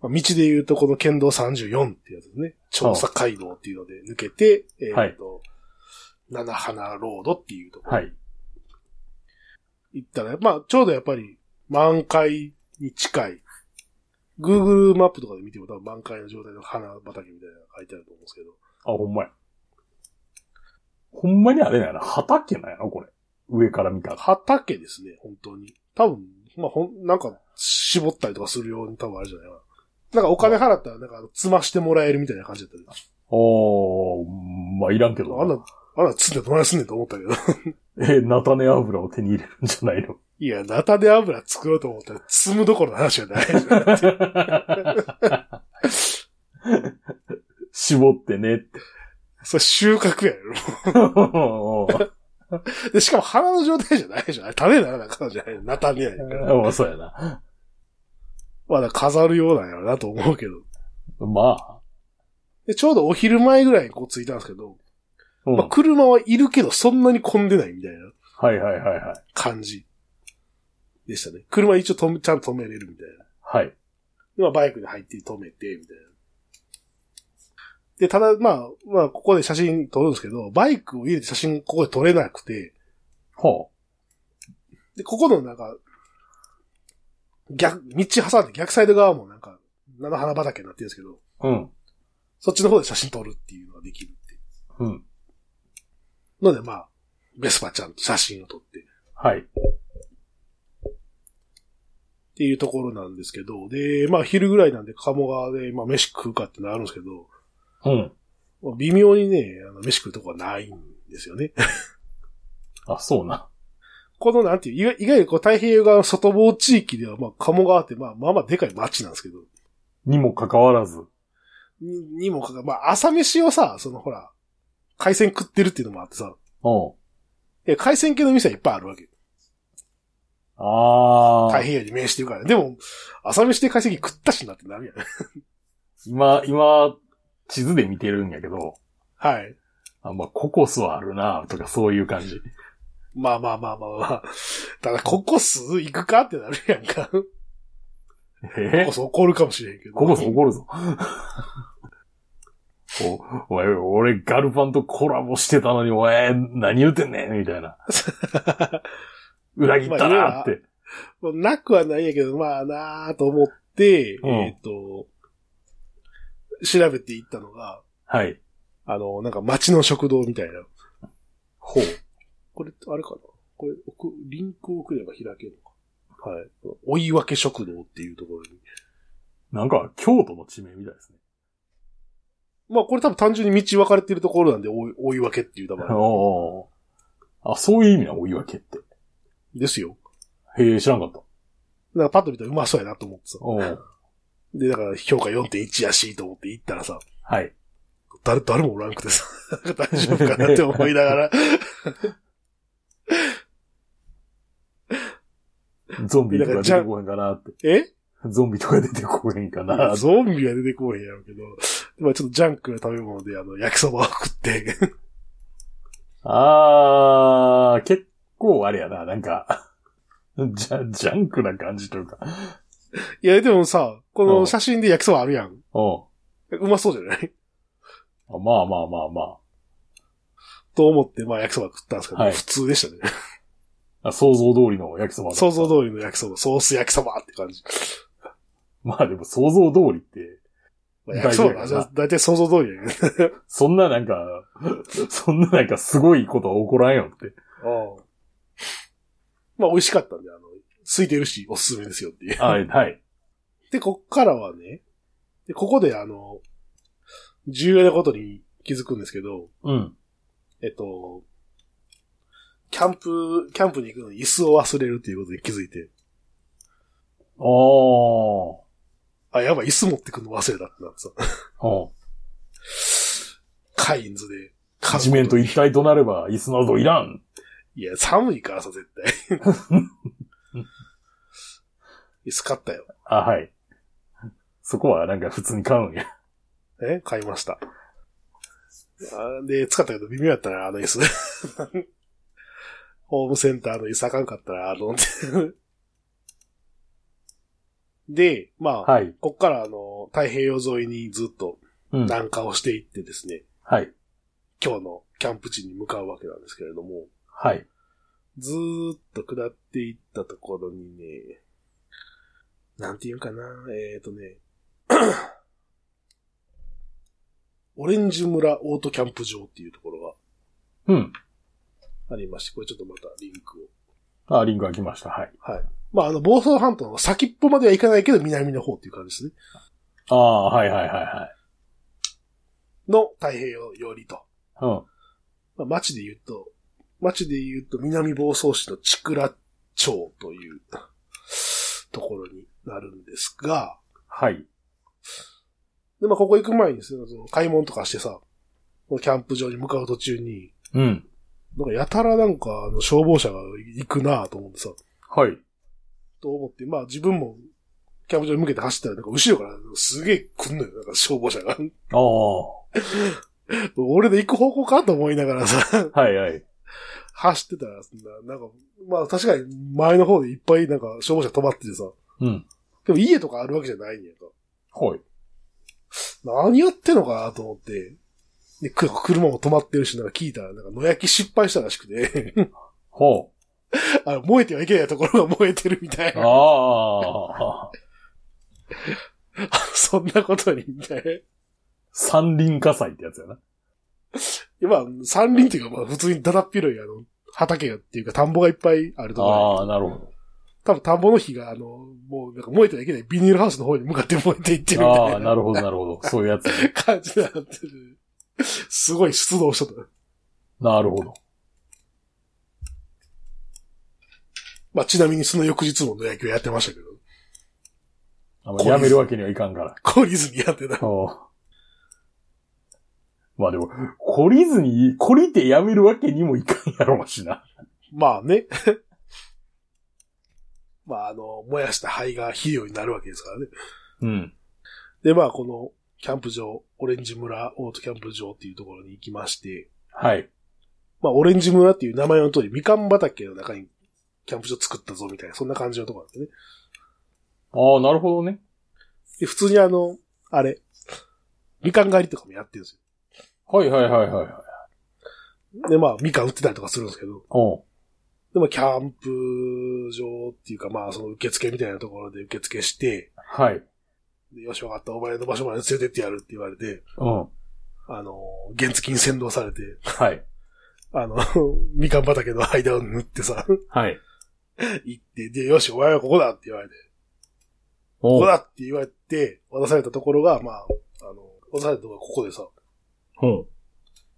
Speaker 2: まあ、道で言うと、この県道34っていうやつですね。調査街道っていうので抜けて、えっ、
Speaker 1: はい
Speaker 2: と、七花ロードっていうところ
Speaker 1: はい。
Speaker 2: 行ったら、まあ、ちょうどやっぱり満開に近い。Google マップとかで見ても多分満開の状態の花畑みたいなの書いてあると思うんですけど。
Speaker 1: あ、ほんまや。ほんまにあれだよな、畑なんやな、これ。上から見たら。
Speaker 2: 畑ですね、本当に。多分、まあ、ほん、なんか、絞ったりとかするように多分あるじゃないかな。なんかお金払ったら、なんか、積ましてもらえるみたいな感じだったり。
Speaker 1: おー、まあ、いらんけど
Speaker 2: あん
Speaker 1: な。
Speaker 2: な、あんな積んでどないすんねんと思ったけど。
Speaker 1: え、菜種油を手に入れるんじゃないの。 <laughs>
Speaker 2: いや、ナタで油作ろうと思ったら、積むどころの話じゃない。
Speaker 1: <laughs> 絞ってね <laughs> って。
Speaker 2: それ収穫やろ。で、しかも花の状態じゃないじゃない。種にならなかったじゃない。ナタねやねんから。
Speaker 1: まあ、そうやな。
Speaker 2: まだ飾るようなんやろなと思うけど。
Speaker 1: まあ。
Speaker 2: で、ちょうどお昼前ぐらいにこう着いたんですけど、
Speaker 1: うん
Speaker 2: まあ、車はいるけどそんなに混んでないみたいな
Speaker 1: はいはいはいはい。
Speaker 2: 感じでしたね。車一応とめちゃんと止めれるみたいな。
Speaker 1: はい。
Speaker 2: で、まあ、バイクで入って止めて、みたいな。で、ただ、まあ、まあ、ここで写真撮るんですけど、バイクを入れて写真ここで撮れなくて、
Speaker 1: ほ
Speaker 2: で、ここのなんか、逆、道挟んで逆サイド側もなんか、菜の花畑になってるんですけど、
Speaker 1: う。うん。
Speaker 2: そっちの方で写真撮るっていうのができるっていう
Speaker 1: うん。
Speaker 2: ので、まあ、ベスパちゃんと写真を撮って、
Speaker 1: はい。
Speaker 2: っていうところなんですけど、で、まあ昼ぐらいなんで鴨川で、まあ飯食うかってのあるんですけど、
Speaker 1: うん。
Speaker 2: まあ微妙にね、あの飯食うとこはないんですよね。
Speaker 1: あ、そうな。
Speaker 2: このなんていう、いわいわゆるこう太平洋側の外房地域では、まあ鴨川ってまあまあまあでかい町なんですけど、
Speaker 1: にもかかわらず。
Speaker 2: ににもかか、まあ朝飯をさ、そのほら、海鮮食ってるっていうのもあってさ、
Speaker 1: うん。
Speaker 2: いや海鮮系の店はいっぱいあるわけ。
Speaker 1: あ
Speaker 2: 太
Speaker 1: あ。
Speaker 2: 平洋に面してるから、ね。でも、朝飯で海鮮系食ったしなってなるやん。
Speaker 1: 今、今、地図で見てるんやけど、
Speaker 2: はい。
Speaker 1: あまあ、ココスはあるなとかそういう感じ。
Speaker 2: まあまあまあまあまあ。ただ、ここ数行くかってなるやんか。
Speaker 1: え
Speaker 2: こそ怒るかもしれんけど。
Speaker 1: ココス怒るぞ。 <laughs> お、お前、俺ガルパンとコラボしてたのに、お前、何言うてんねんみたい
Speaker 2: <laughs>
Speaker 1: な。裏切ったなって。
Speaker 2: まあなくはないんやけど、まあなあと思って、
Speaker 1: うん
Speaker 2: えっ、と、調べていったのが、
Speaker 1: はい。
Speaker 2: あの、なんか街の食堂みたいな。
Speaker 1: ほう。
Speaker 2: これ、あれかなこれ、送リンクを送れば開けるのか。はい。追い分け食堂っていうところに。
Speaker 1: なんか、京都の地名みたいですね。
Speaker 2: まあこれ多分単純に道分かれてるところなんで、追い追い分けっていう名前
Speaker 1: おーあ、そういう意味な、お言い訳って。
Speaker 2: ですよ。
Speaker 1: へえ、知らんかった。
Speaker 2: なんかパッと見たらうまそうやなと思ってさ。
Speaker 1: おー
Speaker 2: で、だから評価4.1やしと思って行ったらさ、
Speaker 1: はい。
Speaker 2: 誰、誰もおらんくてさ、なんか大丈夫かなって思いな
Speaker 1: <laughs>
Speaker 2: がら、
Speaker 1: ゾンビとか出てこへんかなって。
Speaker 2: え
Speaker 1: ゾンビとか出てこへんか
Speaker 2: いや
Speaker 1: な。
Speaker 2: ゾンビは出てこうへんやろうけど、まあちょっとジャンクな食べ物で、あの、焼きそばを食って、
Speaker 1: あー、結構あれやな、なんか、 <laughs> じゃ、ジャンクな感じというか。
Speaker 2: いや、でもさ、こ
Speaker 1: う
Speaker 2: の
Speaker 1: ん
Speaker 2: 写真で焼きそばあるやん。
Speaker 1: う
Speaker 2: うまそうじゃない
Speaker 1: ん。あまあまあまあま
Speaker 2: と思って、まあ焼きそば食ったんですけど、
Speaker 1: はい
Speaker 2: 普通でしたね。
Speaker 1: ああ。想像通りの焼きそばだ
Speaker 2: 想像通りの焼きそば、ソース焼きそばって感じ。
Speaker 1: まあでも想像通りって、
Speaker 2: まあ、焼きそばの味は大体想像通りやね。
Speaker 1: そんななんか、 <laughs> そんななんかすごいことは起こらんよって。 <laughs>
Speaker 2: <laughs> まあ美味しかったんで、あの、空いてるし、おすすめですよっていう。
Speaker 1: はい、はい。
Speaker 2: で、こっからはね、で、ここであの、重要なことに気づくんですけど、
Speaker 1: うん。
Speaker 2: えっと、キャンプ、キャンプに行くのに椅子を忘れるっていうことに気づいて、
Speaker 1: ああ。
Speaker 2: あ、やばい、椅子持ってくの忘れたってなってさ、
Speaker 1: うん。
Speaker 2: カインズで。
Speaker 1: 地面と一体となれば椅子などいらん。
Speaker 2: いや、寒いからさ、絶対。
Speaker 1: <laughs>
Speaker 2: 椅子買ったよ。
Speaker 1: あ、はい。そこはなんか普通に買うんや。
Speaker 2: え買いました。あで、使ったけど微妙やったら、あの椅子。 <laughs> ホームセンターの椅子あかんかったら、あの、で、まあ、
Speaker 1: はい。
Speaker 2: こっからあの、太平洋沿いにずっと
Speaker 1: うん。
Speaker 2: 南下をしていってですね、
Speaker 1: はい。
Speaker 2: 今日のキャンプ地に向かうわけなんですけれども、
Speaker 1: はい。
Speaker 2: ずーっと下っていったところにね、なんていうかな、えっ、ー、とね、 <coughs> オレンジ村オートキャンプ場っていうところ
Speaker 1: うん。
Speaker 2: がありまして、これちょっとまたリンクを。
Speaker 1: あ、リンクが来ました。はい。
Speaker 2: まあ、あの、房総半島の先っぽまでは行かないけど、南の方っていう感じですね。
Speaker 1: ああ、はいはいはいはい。
Speaker 2: の太平洋寄りと。
Speaker 1: うん。
Speaker 2: まあ、町で言うと、町で言うと南房総市の千倉町というところになるんですが、
Speaker 1: はい。
Speaker 2: で、まあ、ここ行く前にその、その買い物とかしてさ、このキャンプ場に向かう途中に、
Speaker 1: うん。
Speaker 2: なんかやたらなんか、あの、消防車が行くなぁと思ってさ、
Speaker 1: はい。
Speaker 2: と思って、まあ、自分も、キャンプ場に向けて走ったら、なんか後ろからすげえ来んのよ、なんか消防車が。 <laughs>
Speaker 1: ああ。は
Speaker 2: 俺で行く方向かと思いながらさ、 <laughs>
Speaker 1: いはい。
Speaker 2: 走ってたら、そんななんか、まあ確かに前の方でいっぱいなんか消防車止まっててさ、
Speaker 1: うん。
Speaker 2: でも家とかあるわけじゃないんやと。
Speaker 1: はい。
Speaker 2: 何やってんのかなと思って、で、く車も止まってるし、なんか聞いたら、なんか野焼き失敗したらしくて、
Speaker 1: ほ。
Speaker 2: あの、燃えてはいけないところが燃えてるみたいうな。
Speaker 1: ああ。
Speaker 2: <laughs> そんなことに、みたいな。
Speaker 1: 山林火災ってやつやな。
Speaker 2: まあ、山林というか、まあ、普通にだだっ広い、あの、畑がっていうか、田んぼがいっぱいあるところ
Speaker 1: ああ、なるほ
Speaker 2: 多分田んぼの火が、あの、もう、なんか燃えてはいけないビニールハウスの方に向かって燃えていってる
Speaker 1: ど。
Speaker 2: み
Speaker 1: あ
Speaker 2: た
Speaker 1: あ、
Speaker 2: い
Speaker 1: な
Speaker 2: な
Speaker 1: るほど、なるほど。そういうやつや。
Speaker 2: 感じになってる。すごい出動しとった。
Speaker 1: なるほど。
Speaker 2: まあ、ちなみにその翌日も野焼きをやってましたけど、
Speaker 1: あんまりやめるわけにはいかんから。
Speaker 2: 懲りずにやってた。
Speaker 1: ああまあでも、懲りずに、懲りてやめるわけにもいかんやろうしな。
Speaker 2: まあね。 <laughs> まあ、あの、燃やした灰が肥料になるわけですからね。
Speaker 1: うん。
Speaker 2: で、まあ、この、キャンプ場、オレンジ村オートキャンプ場っていうところに行きまして、
Speaker 1: はい。
Speaker 2: まあ、オレンジ村っていう名前の通り、みかん畑の中にキャンプ場作ったぞみたいな、そんな感じのところなんですね。
Speaker 1: ああ、なるほどね。
Speaker 2: で、普通にあの、あれ、みかん狩りとかもやってるんです
Speaker 1: はいはいはいはい。はい
Speaker 2: よ。で、まあ、みかん売ってたりとかするんですけど、
Speaker 1: おう
Speaker 2: で、まあ、キャンプ場っていうか、まあ、その受付みたいなところで受付して、
Speaker 1: はい。
Speaker 2: でよし、わかった、お前の場所まで連れてってやるって言われて、
Speaker 1: うん。
Speaker 2: あの、原付に先導されて、
Speaker 1: はい。
Speaker 2: あの、 <laughs> みかん畑の間を縫ってさ、
Speaker 1: はい。
Speaker 2: 行って、で、よし、お前はここだって言われて、こ
Speaker 1: お
Speaker 2: こ
Speaker 1: う
Speaker 2: だって言われて、渡されたところが、まあ、あの、渡されたところがここでさ、
Speaker 1: うん。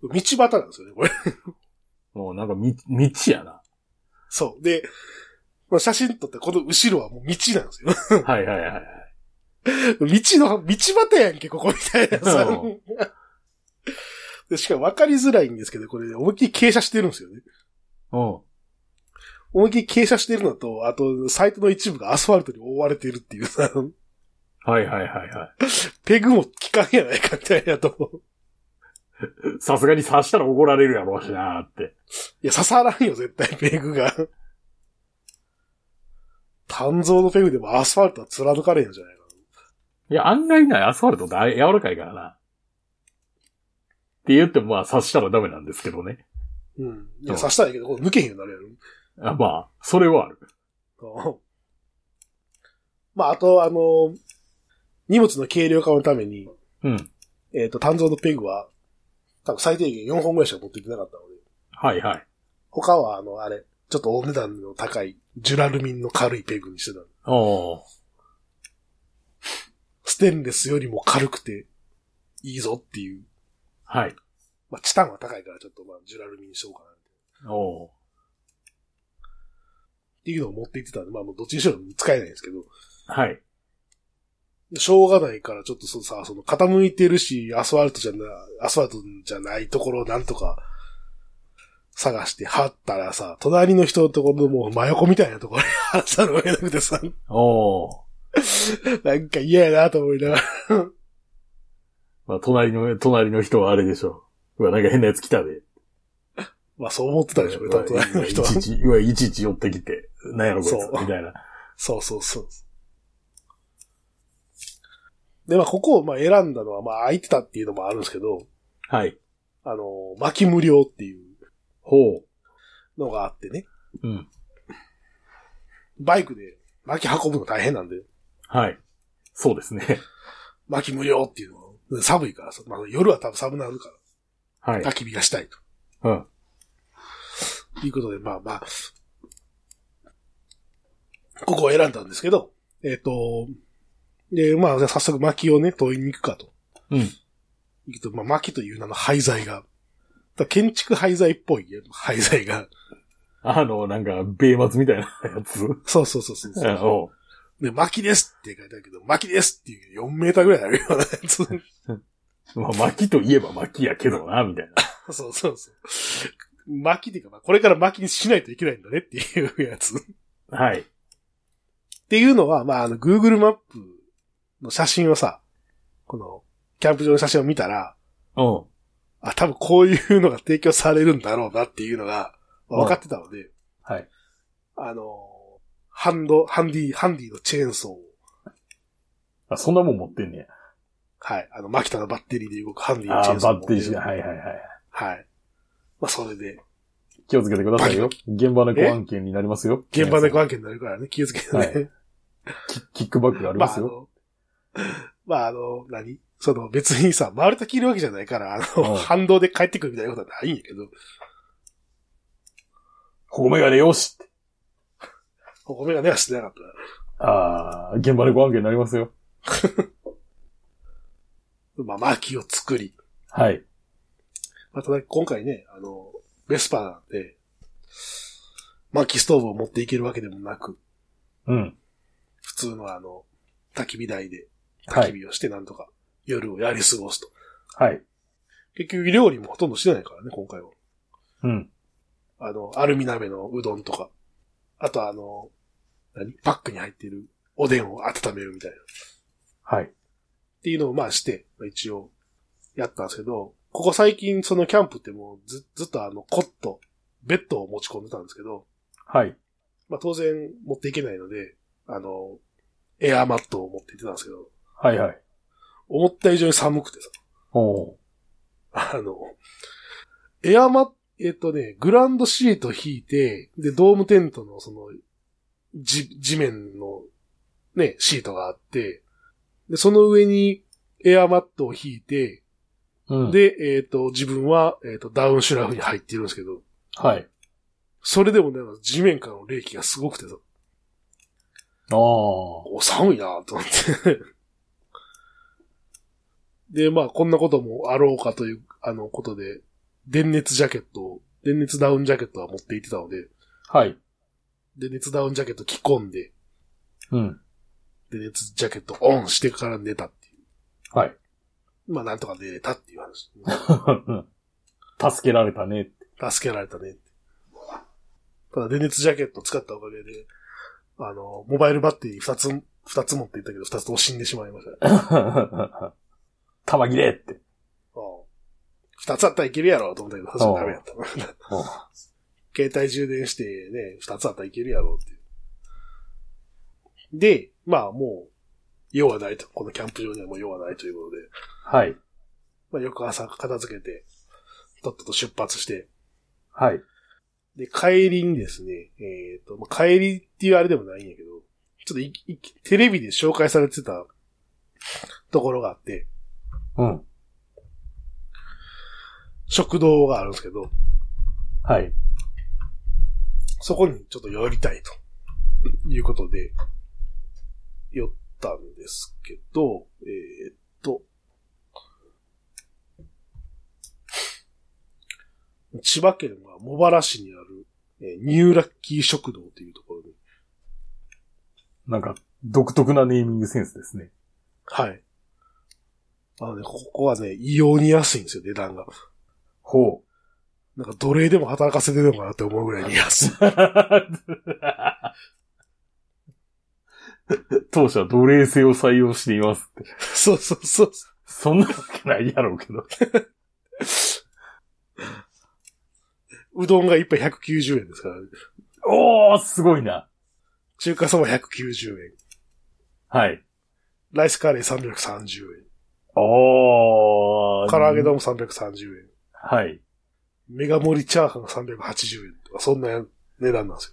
Speaker 2: 道端なんですよね、これ。 <laughs>
Speaker 1: もうなんかみ、道やな。
Speaker 2: そう。で、まあ、写真撮って、この後ろはもう道なんですよ。 <laughs>
Speaker 1: はいはいはい。
Speaker 2: 道の、道端やんけ、ここみたいなさ
Speaker 1: うん。
Speaker 2: <laughs> で、しかも分かりづらいんですけど、これ、思いっきり傾斜してるんですよね。
Speaker 1: うん。
Speaker 2: 思いっきり傾斜してるのと、あと、サイトの一部がアスファルトに覆われてるっていう <laughs> さ、
Speaker 1: はいはいはいは
Speaker 2: ペグも効かんやないかみたいなと思う。
Speaker 1: い。さすがに刺したら怒られるやろうしなーって。
Speaker 2: いや、刺さらんよ、絶対、ペグが。炭造のペグでもアスファルトは貫かれへんじゃないか
Speaker 1: いや、案外ない、アスファルトってあ柔らかいからな。って言ってもまあ刺したらダメなんですけどね。
Speaker 2: な。うん。いや、
Speaker 1: うん
Speaker 2: 刺したらいいけど、これ抜けへんようになるやろ。
Speaker 1: あまあ、それはある。
Speaker 2: うんまあ、あと、あの、荷物の軽量化のために、
Speaker 1: うん。
Speaker 2: えっ、と、炭造のペグは、多分最低限4本ぐらいしか持っていってなかったので、
Speaker 1: はいはい。
Speaker 2: 他は、あの、あれ、ちょっとお値段の高い、ジュラルミンの軽いペグにしてた。
Speaker 1: おー
Speaker 2: ステンレスよりも軽くて、いいぞっていう。
Speaker 1: はい。
Speaker 2: まあ、チタンは高いからちょっと、まあ、ジュラルミにしようかな。っ
Speaker 1: お
Speaker 2: ていうのを持って行ってたんで、まあ、もうどっちにしろ使えないんですけど、
Speaker 1: はい。
Speaker 2: しょうがないからちょっとそうさ、その傾いてるし、アスファルトじゃな、アスファルトじゃないところをなんとか探して貼ったらさ、隣の人のところのもう真横みたいなところに貼ったのがなくてさ、
Speaker 1: おー
Speaker 2: なんか嫌やなと思いながら、
Speaker 1: まあ、隣の、隣の人はあれでしょう。うわ、なんか変なやつ来たで。
Speaker 2: まあそう思ってたでしょうね、
Speaker 1: うわ
Speaker 2: 隣の人
Speaker 1: い
Speaker 2: は。
Speaker 1: ちいち、うわ、いちいち寄ってきて、なんやろこいつ、
Speaker 2: そう
Speaker 1: みたいな。
Speaker 2: そうそうそう。で、まあここをまあ選んだのは、まあ空いてたっていうのもあるんですけど、
Speaker 1: はい。
Speaker 2: あの、巻き無料っていう
Speaker 1: ほ
Speaker 2: のがあってね、
Speaker 1: う。うん。
Speaker 2: バイクで巻き運ぶの大変なんで、
Speaker 1: はい。そうですね。
Speaker 2: 巻き無料っていうのは、寒いからさ、まあ、夜は多分寒なるか
Speaker 1: はい
Speaker 2: ら、。焚き火がしたいと。
Speaker 1: うん。
Speaker 2: いうことで、まあまあ、ここを選んだんですけど、えっ、と、で、まあ、じゃあ早速薪をね、問いに行くかと。
Speaker 1: うん。
Speaker 2: 行くと、まあ、薪という名の廃材が、だ建築廃材っぽい廃材が、
Speaker 1: あの、なんか、米松みたいなやつ。う
Speaker 2: そうそうそうそうそ
Speaker 1: ん
Speaker 2: う。
Speaker 1: おう
Speaker 2: で、薪ですって書いてあるけど、薪ですっていう4メーターぐらいあるようなや
Speaker 1: <laughs>
Speaker 2: つ。
Speaker 1: まあ、薪といえば薪やけどな、みたいな。
Speaker 2: そうそうそう。薪っていうか、まあ、これから薪にしないといけないんだねっていうやつ。
Speaker 1: はい。
Speaker 2: っていうのは、まあ、あの、Google マップの写真をさ、この、キャンプ場の写真を見たら、
Speaker 1: うん。
Speaker 2: あ、多分こういうのが提供されるんだろうなっていうのが、
Speaker 1: う
Speaker 2: まあ
Speaker 1: ん
Speaker 2: 分かってたので、
Speaker 1: はい。
Speaker 2: あの、ハンド、ハンディ、ハンディのチェーンソーを、
Speaker 1: あ、そんなもん持ってんねや。
Speaker 2: はい、あの、マキタのバッテリーで動くハンディの
Speaker 1: あ
Speaker 2: チ
Speaker 1: あ
Speaker 2: ェーン
Speaker 1: ー、
Speaker 2: ソーを
Speaker 1: バッ
Speaker 2: 持って
Speaker 1: テリーし
Speaker 2: る
Speaker 1: はいはいはい。
Speaker 2: はい。まあ、それで、
Speaker 1: 気をつけてくださいよ。現場猫案件になりますよ。
Speaker 2: 現場でご
Speaker 1: 皆さん
Speaker 2: 案件になるからね、気をつけてね。
Speaker 1: はいキキックバックがありますよ。
Speaker 2: まあ、あの、まあ、あの何その別にさ、丸太切るわけじゃないから、あの、
Speaker 1: うん
Speaker 2: 反動で帰ってくるみたいなことはないんやけど、
Speaker 1: ここメガネよしって。
Speaker 2: お米がねはしてなかったな。
Speaker 1: ああ、現場猫案件になりますよ。
Speaker 2: まあ、薪を作り。
Speaker 1: はい。
Speaker 2: まあ、ただ、今回ね、あの、ベスパーなんで、薪ストーブを持っていけるわけでもなく、
Speaker 1: うん。
Speaker 2: 普通のあの、焚き火台で、
Speaker 1: は
Speaker 2: 焚き
Speaker 1: い。
Speaker 2: 火をしてなんとか、夜をやり過ごすと。
Speaker 1: はい。
Speaker 2: 結局、料理もほとんどしてないからね、今回は。
Speaker 1: うん。
Speaker 2: あの、アルミ鍋のうどんとか、あとあの、何パックに入ってるおでんを温めるみたいな。っ
Speaker 1: はい。
Speaker 2: ていうのをまあして、まあ一応、やったんですけど、ここ最近そのキャンプってもうずずっとあの、コット、ベッドを持ち込んでたんですけど、
Speaker 1: はい。
Speaker 2: まあ当然持っていけないので、あの、エアーマットを持って行ってたんですけど、
Speaker 1: はいはい。
Speaker 2: 思った以上に寒くてさ、
Speaker 1: おう
Speaker 2: あの、エアーマット、えっとね、グランドシート引いて、で、ドームテントのその、じ、地面のね、シートがあって、で、その上にエアーマットを引いて、
Speaker 1: うん。、
Speaker 2: で、えっ、と、自分は、えっ、と、ダウンシュラフに入っているんですけど、
Speaker 1: はい。
Speaker 2: それでもね、地面からの冷気がすごくてさ、
Speaker 1: ああ。
Speaker 2: お、寒いなと思って。 <laughs> で、まあ、こんなこともあろうかという、あの、ことで、電熱ジャケットを、電熱ダウンジャケットは持って行ってたので、
Speaker 1: はい。
Speaker 2: 電熱ダウンジャケット着込んで、
Speaker 1: うん。 <laughs>
Speaker 2: 電熱ジャケットオンしてから寝たってい
Speaker 1: はい。
Speaker 2: う。まあ、なんとか寝れたっていう話。 <laughs>
Speaker 1: 助けられたね。
Speaker 2: 助けられたねって。ただ、電熱ジャケット使ったおかげで、あの、モバイルバッテリー二つ、二つ持っていったけど、二つとも死んでしまいました。
Speaker 1: 玉切れって。
Speaker 2: うん二つあったらいけるやろと思ったけど、確かにダメだった。
Speaker 1: おう
Speaker 2: <laughs> 携帯充電してね、二つあったらいけるやろっていう。で、まあもう、用はないと、このキャンプ場にはもう用はないということで、
Speaker 1: はい。
Speaker 2: まあ翌朝片付けて、とっとと出発して、
Speaker 1: はい。
Speaker 2: で、帰りにですね、えっ、と、まあ、帰りっていうあれでもないんやけど、ちょっといいテレビで紹介されてたところがあって、
Speaker 1: うん。
Speaker 2: 食堂があるんですけど、
Speaker 1: はい。
Speaker 2: そこにちょっと寄りたいということで、寄っったんですけど、えーっと、千葉県は茂原市にある、えーニューラッキー食堂というところに、
Speaker 1: なんか、独特なネーミングセンスですね。
Speaker 2: はい。あのね、ここはね、異様に安いんですよ、値段が。
Speaker 1: ほう。 <laughs>
Speaker 2: なんか奴隷でも働かせてるのかなって思うぐらいに安い。 <laughs>
Speaker 1: 当社奴隷制を採用していますって。
Speaker 2: そうそうそう。
Speaker 1: そんなわけないやろうけど。
Speaker 2: うどんが一杯190円ですから、ね、
Speaker 1: おー、すごいな。
Speaker 2: 中華そば190円、
Speaker 1: はい。
Speaker 2: ライスカレー330円、
Speaker 1: おー。
Speaker 2: 唐揚げ。丼330円、
Speaker 1: はい。
Speaker 2: メガ盛りチャーハンが380円とか、そんなや値段なんです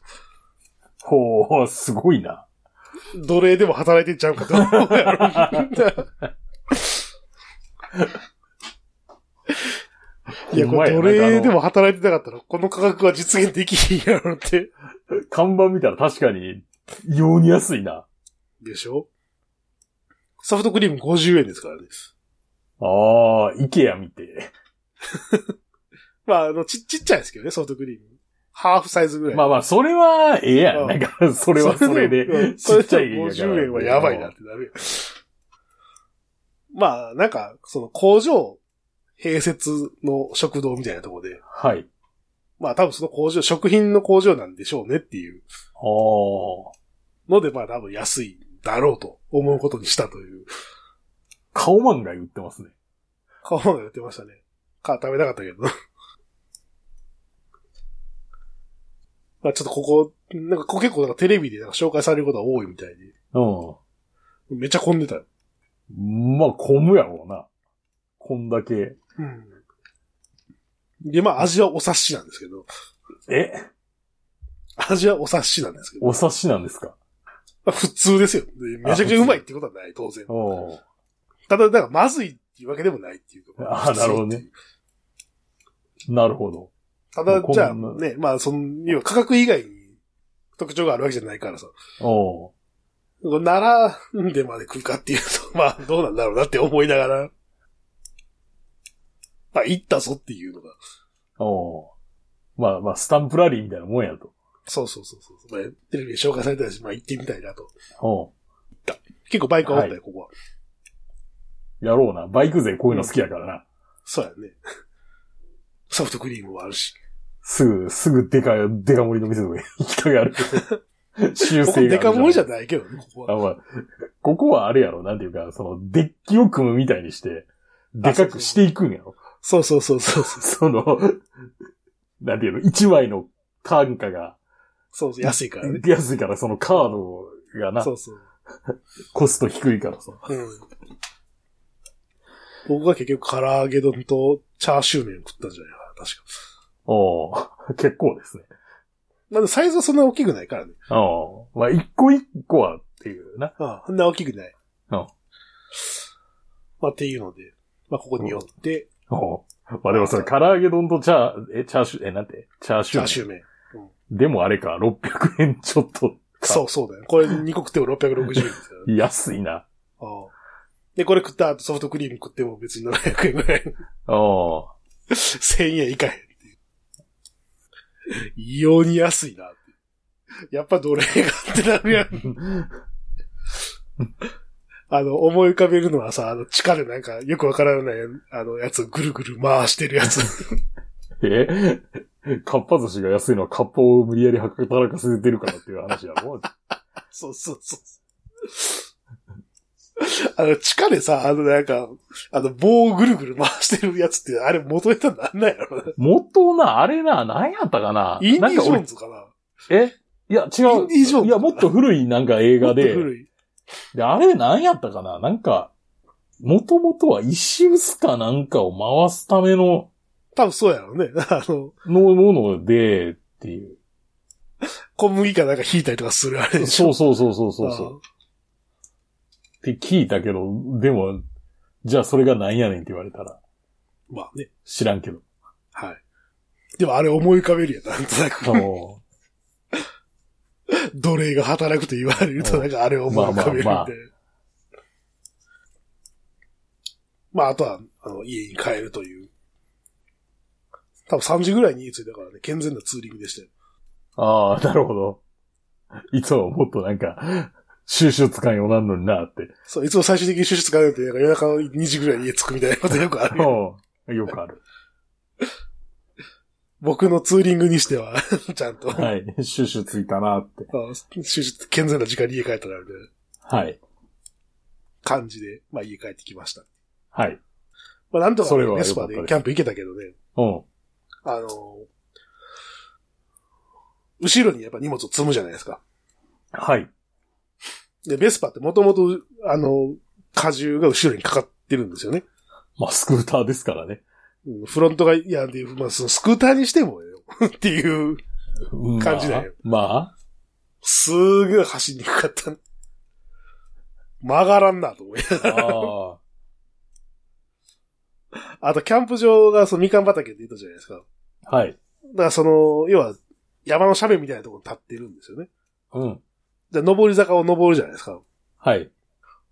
Speaker 1: ほー、すごいな。
Speaker 2: よ。奴隷でも働いてんちゃうかと思うやろ。いや、
Speaker 1: ほん
Speaker 2: こ
Speaker 1: まやなんかあ
Speaker 2: れ奴
Speaker 1: の
Speaker 2: 隷でも働いてなかったら、この価格は実現できひんやろって。
Speaker 1: 看板見たら確かに、異様に安いな。
Speaker 2: でしょソフトクリーム50円ですからね。
Speaker 1: あー、イケア見て。
Speaker 2: まあ、あの、ち、ちっちゃいですけどね、ソフトクリーム。ハーフサイズぐらい。
Speaker 1: まあまあ、それは、ええやん。なんか、それはそれ
Speaker 2: う
Speaker 1: で、
Speaker 2: ん
Speaker 1: ち
Speaker 2: そ
Speaker 1: っ
Speaker 2: れ
Speaker 1: ちゃい
Speaker 2: で
Speaker 1: 家から
Speaker 2: 50円はやばいなっ。てなるよ。まあ、なんか、その工場併設の食堂みたいなところで、
Speaker 1: はい。
Speaker 2: まあ多分その工場、食品の工場なんでしょうねっていう
Speaker 1: ああ。
Speaker 2: ので、まあ多分安いだろうと思うことにしたという、 <laughs>
Speaker 1: 顔漫画言ってますね。
Speaker 2: 顔が言ってましたね。か、食べなかったけど。 <laughs> まあちょっとここ、なんかここ結構なんかテレビでなんか紹介されることが多いみたいで、
Speaker 1: う
Speaker 2: めっちゃ混んでたよ。
Speaker 1: ん。まあ、混むやろうな。こんだけ。
Speaker 2: うん。で、まあ、味はお察しなんですけど、
Speaker 1: え
Speaker 2: 味はお察しなんですけど、
Speaker 1: お察しなんですか
Speaker 2: まあ、普通ですよ。でめちゃくちゃうまいってことはない、当然。
Speaker 1: お
Speaker 2: ただ、なんかまずいっていうわけでもないっていうか。
Speaker 1: あーなるほどね。なるほど。
Speaker 2: ただ
Speaker 1: もうこ、ん
Speaker 2: じゃあ
Speaker 1: な
Speaker 2: ね、まあ、その、要は価格以外に特徴があるわけじゃないからさ、
Speaker 1: おう
Speaker 2: これ並んでまで食うかっていうと、 <laughs> まあ、どうなんだろうなって思いながら、まあ、行ったぞっていうのが、
Speaker 1: おうまあまあ、スタンプラリーみたいなもんやと。
Speaker 2: そうそうそうそう、まあ、テレビで紹介されたし、まあ、行ってみたいなと。
Speaker 1: おう
Speaker 2: 結構バイクはおったよ、
Speaker 1: は
Speaker 2: ここは。
Speaker 1: やろうな。バイク勢こういうの好きやからな。
Speaker 2: そうやね。ソフトクリームもあるし。
Speaker 1: すぐ、すぐデカ、デカ盛りの店とか <laughs> 行きたがる。修
Speaker 2: <laughs> ここ
Speaker 1: 正が
Speaker 2: デ
Speaker 1: ある
Speaker 2: カ盛りじゃ
Speaker 1: ん
Speaker 2: ないけどね、ここ
Speaker 1: あ、
Speaker 2: は。
Speaker 1: まあ、ここはあれやろ、なんていうか、その、デッキを組むみたいにして、でかくしていくんやろ。
Speaker 2: そうそうそうそう。
Speaker 1: その、なんていうの、一枚の単価が、
Speaker 2: そうそう、安いからね。
Speaker 1: 安いから、そのカードがな
Speaker 2: そ、うそう。
Speaker 1: コスト低いからさ。
Speaker 2: うん。僕は結局唐揚げ丼とチャーシュー麺を食ったんじゃないかな、確か。
Speaker 1: おう <laughs> 結構ですね。
Speaker 2: まあ、でもサイズはそんな大きくないからね。
Speaker 1: おうまあ、一個一個はっていうな。
Speaker 2: ああ、そんな大きくない。
Speaker 1: うん
Speaker 2: まあ、っていうので、まあ、ここに寄って、
Speaker 1: おうまあでもそれ、唐揚げ丼とチャー、え、チャーシュー、え、なんて、チャーシ
Speaker 2: チ
Speaker 1: ュ
Speaker 2: ャ
Speaker 1: ー
Speaker 2: ー。シュー麺。
Speaker 1: でもあれか、600円ちょっとか。
Speaker 2: そうそうだよ。これ2個食っても660円ですからね
Speaker 1: 安いな。
Speaker 2: ああで、これ食った後ソフトクリーム食っても別に700円ぐらい。
Speaker 1: おう
Speaker 2: 1000円以下やっていう。異様に安いなって。やっぱ奴隷がってなるやん。 <laughs> あの、思い浮かべるのはさ、あの、地下でなんか、よくわからない、あの、やつをぐるぐる回してるやつ。
Speaker 1: えかっぱ寿司が安いのはかっぱを無理やり働かせてるからっていう話やろ
Speaker 2: そうそうそう。あの、地下でさ、あの、なんか、あの、棒をぐるぐる回してるやつって、あれ元ネタなんなんやろな。
Speaker 1: 元な、あれな、何やったかな
Speaker 2: インディ・ージョー
Speaker 1: なん
Speaker 2: ン
Speaker 1: か
Speaker 2: ズかな
Speaker 1: 俺えいや、違
Speaker 2: イン
Speaker 1: う。
Speaker 2: ディ・ージョーンズ。
Speaker 1: いや、もっと古いなんか映
Speaker 2: も
Speaker 1: 画
Speaker 2: っと
Speaker 1: で、
Speaker 2: 古い。
Speaker 1: であれ何やったかななんか、もともとは石臼かなんかを回すための、
Speaker 2: 多分そうやろうね。あの、
Speaker 1: のもので、っていう。
Speaker 2: 小麦かなんか引いたりとかするあれでし
Speaker 1: そ
Speaker 2: ょ。
Speaker 1: うそうそうそうそうそう。って聞いたけど、でも、じゃあそれが何やねんって言われたら、
Speaker 2: あ。まあね。
Speaker 1: 知らんけど。
Speaker 2: はい。でもあれ思い浮かべるやん、なんとな
Speaker 1: あ
Speaker 2: く。
Speaker 1: の
Speaker 2: 奴隷が働くと言われると、なんかあれを思い浮かべるみたいな。
Speaker 1: まあまあま
Speaker 2: まあ、あとは、あの、家に帰るという。多分3時ぐらいに家着いたからね、健全なツーリングでしたよ。
Speaker 1: ああ、なるほど。いつももっとなんか、収集つかんようなんのになって。
Speaker 2: そう、いつも最終的に収出が出て、なんか夜中の2時ぐらいに家着くみたいなことよく
Speaker 1: <laughs>
Speaker 2: ある。
Speaker 1: うん。よくある。
Speaker 2: 僕のツーリングにしては、 <laughs> ちゃんと、
Speaker 1: はい。 <laughs> 収集ついたなって。
Speaker 2: あ収出健全な時間に家帰ったらみたいな
Speaker 1: はい。
Speaker 2: 感じで、まあ家帰ってきました。
Speaker 1: はい。
Speaker 2: まあなんとか
Speaker 1: そ
Speaker 2: ね、
Speaker 1: れは
Speaker 2: レスパ
Speaker 1: よかった
Speaker 2: で
Speaker 1: です
Speaker 2: キャンプ行けたけどね、
Speaker 1: うん。
Speaker 2: あの、後ろにやっぱ荷物を積むじゃないですか。
Speaker 1: はい。
Speaker 2: で、ベスパってもともと、あの、荷重が後ろにかかってるんですよね。
Speaker 1: まあ、スクーターですからね。
Speaker 2: うんフロントが、いや、で、まあ、そのスクーターにしてもよ、 <laughs> っていう、
Speaker 1: うん
Speaker 2: 感じだよ。
Speaker 1: まあ、
Speaker 2: すーぐ走りにくかった。曲がらんな、と思い。
Speaker 1: まあ、 <laughs> あ
Speaker 2: あと、キャンプ場が、そのみかん畑って言ったじゃないですか。だか
Speaker 1: あはい。
Speaker 2: ら、その、要は、山の斜面みたいなところに立ってるんですよね。
Speaker 1: うん。
Speaker 2: で、上り坂を登るじゃないですか。
Speaker 1: はい。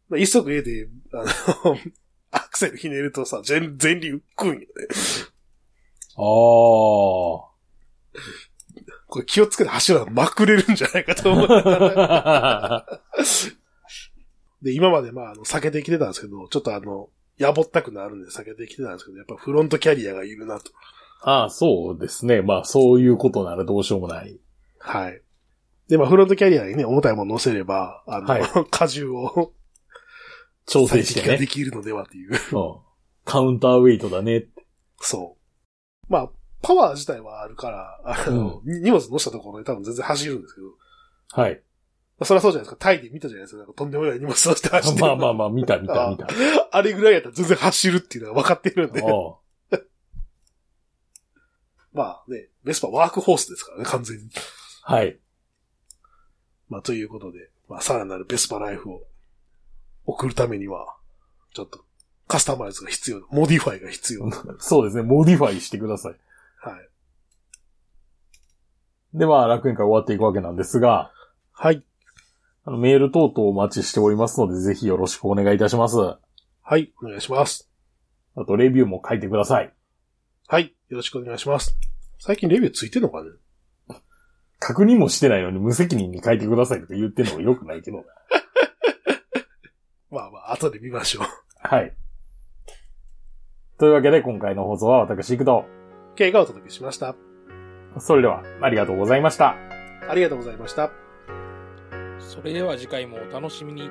Speaker 2: まあ一足家で、あの、 <laughs> アクセルひねるとさ、全、全流食うんよね。
Speaker 1: ああ。
Speaker 2: これ気をつけて走らなまくれるんじゃないかと
Speaker 1: <laughs>
Speaker 2: 思う。で、今までまあ、あの、避けてきてたんですけど、ちょっとあの、やぼったくなるんで避けてきてたんですけど、やっぱフロントキャリアがいるなと。
Speaker 1: ああ、そうですね。まあ、そういうことならどうしようもない。
Speaker 2: はい。で、まあ、フロントキャリアにね、重たいもの乗せれば、あの、 <laughs>
Speaker 1: はい
Speaker 2: 荷重を
Speaker 1: 調整
Speaker 2: 最
Speaker 1: して
Speaker 2: 適化
Speaker 1: ね
Speaker 2: で。きるのではっていう。 <laughs>
Speaker 1: うん。カウンターウェイトだねって。
Speaker 2: そう。まあ、パワー自体はあるから、あの、に荷物乗せたところで多分全然走るんですけど、ま
Speaker 1: はい。
Speaker 2: あ、そりゃそうじゃないですか。タイで見たじゃないですか。なんかとんでもない荷物乗せて走ってる。
Speaker 1: まあまあまあ、見た見た見た。あ
Speaker 2: あれぐらいやったら全然走るっていうのは分かってるんで。
Speaker 1: あ
Speaker 2: まあね、ベスパワークホースですからね、完全に。
Speaker 1: はい。
Speaker 2: まあということで、まあさらなるベスパライフを送るためには、ちょっとカスタマイズが必要、モディファイが
Speaker 1: <laughs>
Speaker 2: 必要。はい。
Speaker 1: そうですね。モディファイしてください。で、まあ、楽園会終わっていくわけなんですが、
Speaker 2: はい。
Speaker 1: あのメール等々お待ちしておりますので、ぜひよろしくお願いいたします。あ
Speaker 2: はい。お願いします。
Speaker 1: と、レビューも書いてください。
Speaker 2: はい。よろしくお願いします。最近レビューついてんのかね
Speaker 1: 確認もしてないのに無責任に書いてくださいとか言ってんのも良くないけど。
Speaker 2: まあまあ、後で見ま <laughs> しょ
Speaker 1: はい。というわけで今回の放送は私行くと。
Speaker 2: う。経過をお届けしました。
Speaker 1: それでは、ありがとうございました。
Speaker 2: ありがとうございました。
Speaker 3: それでは次回もお楽しみに。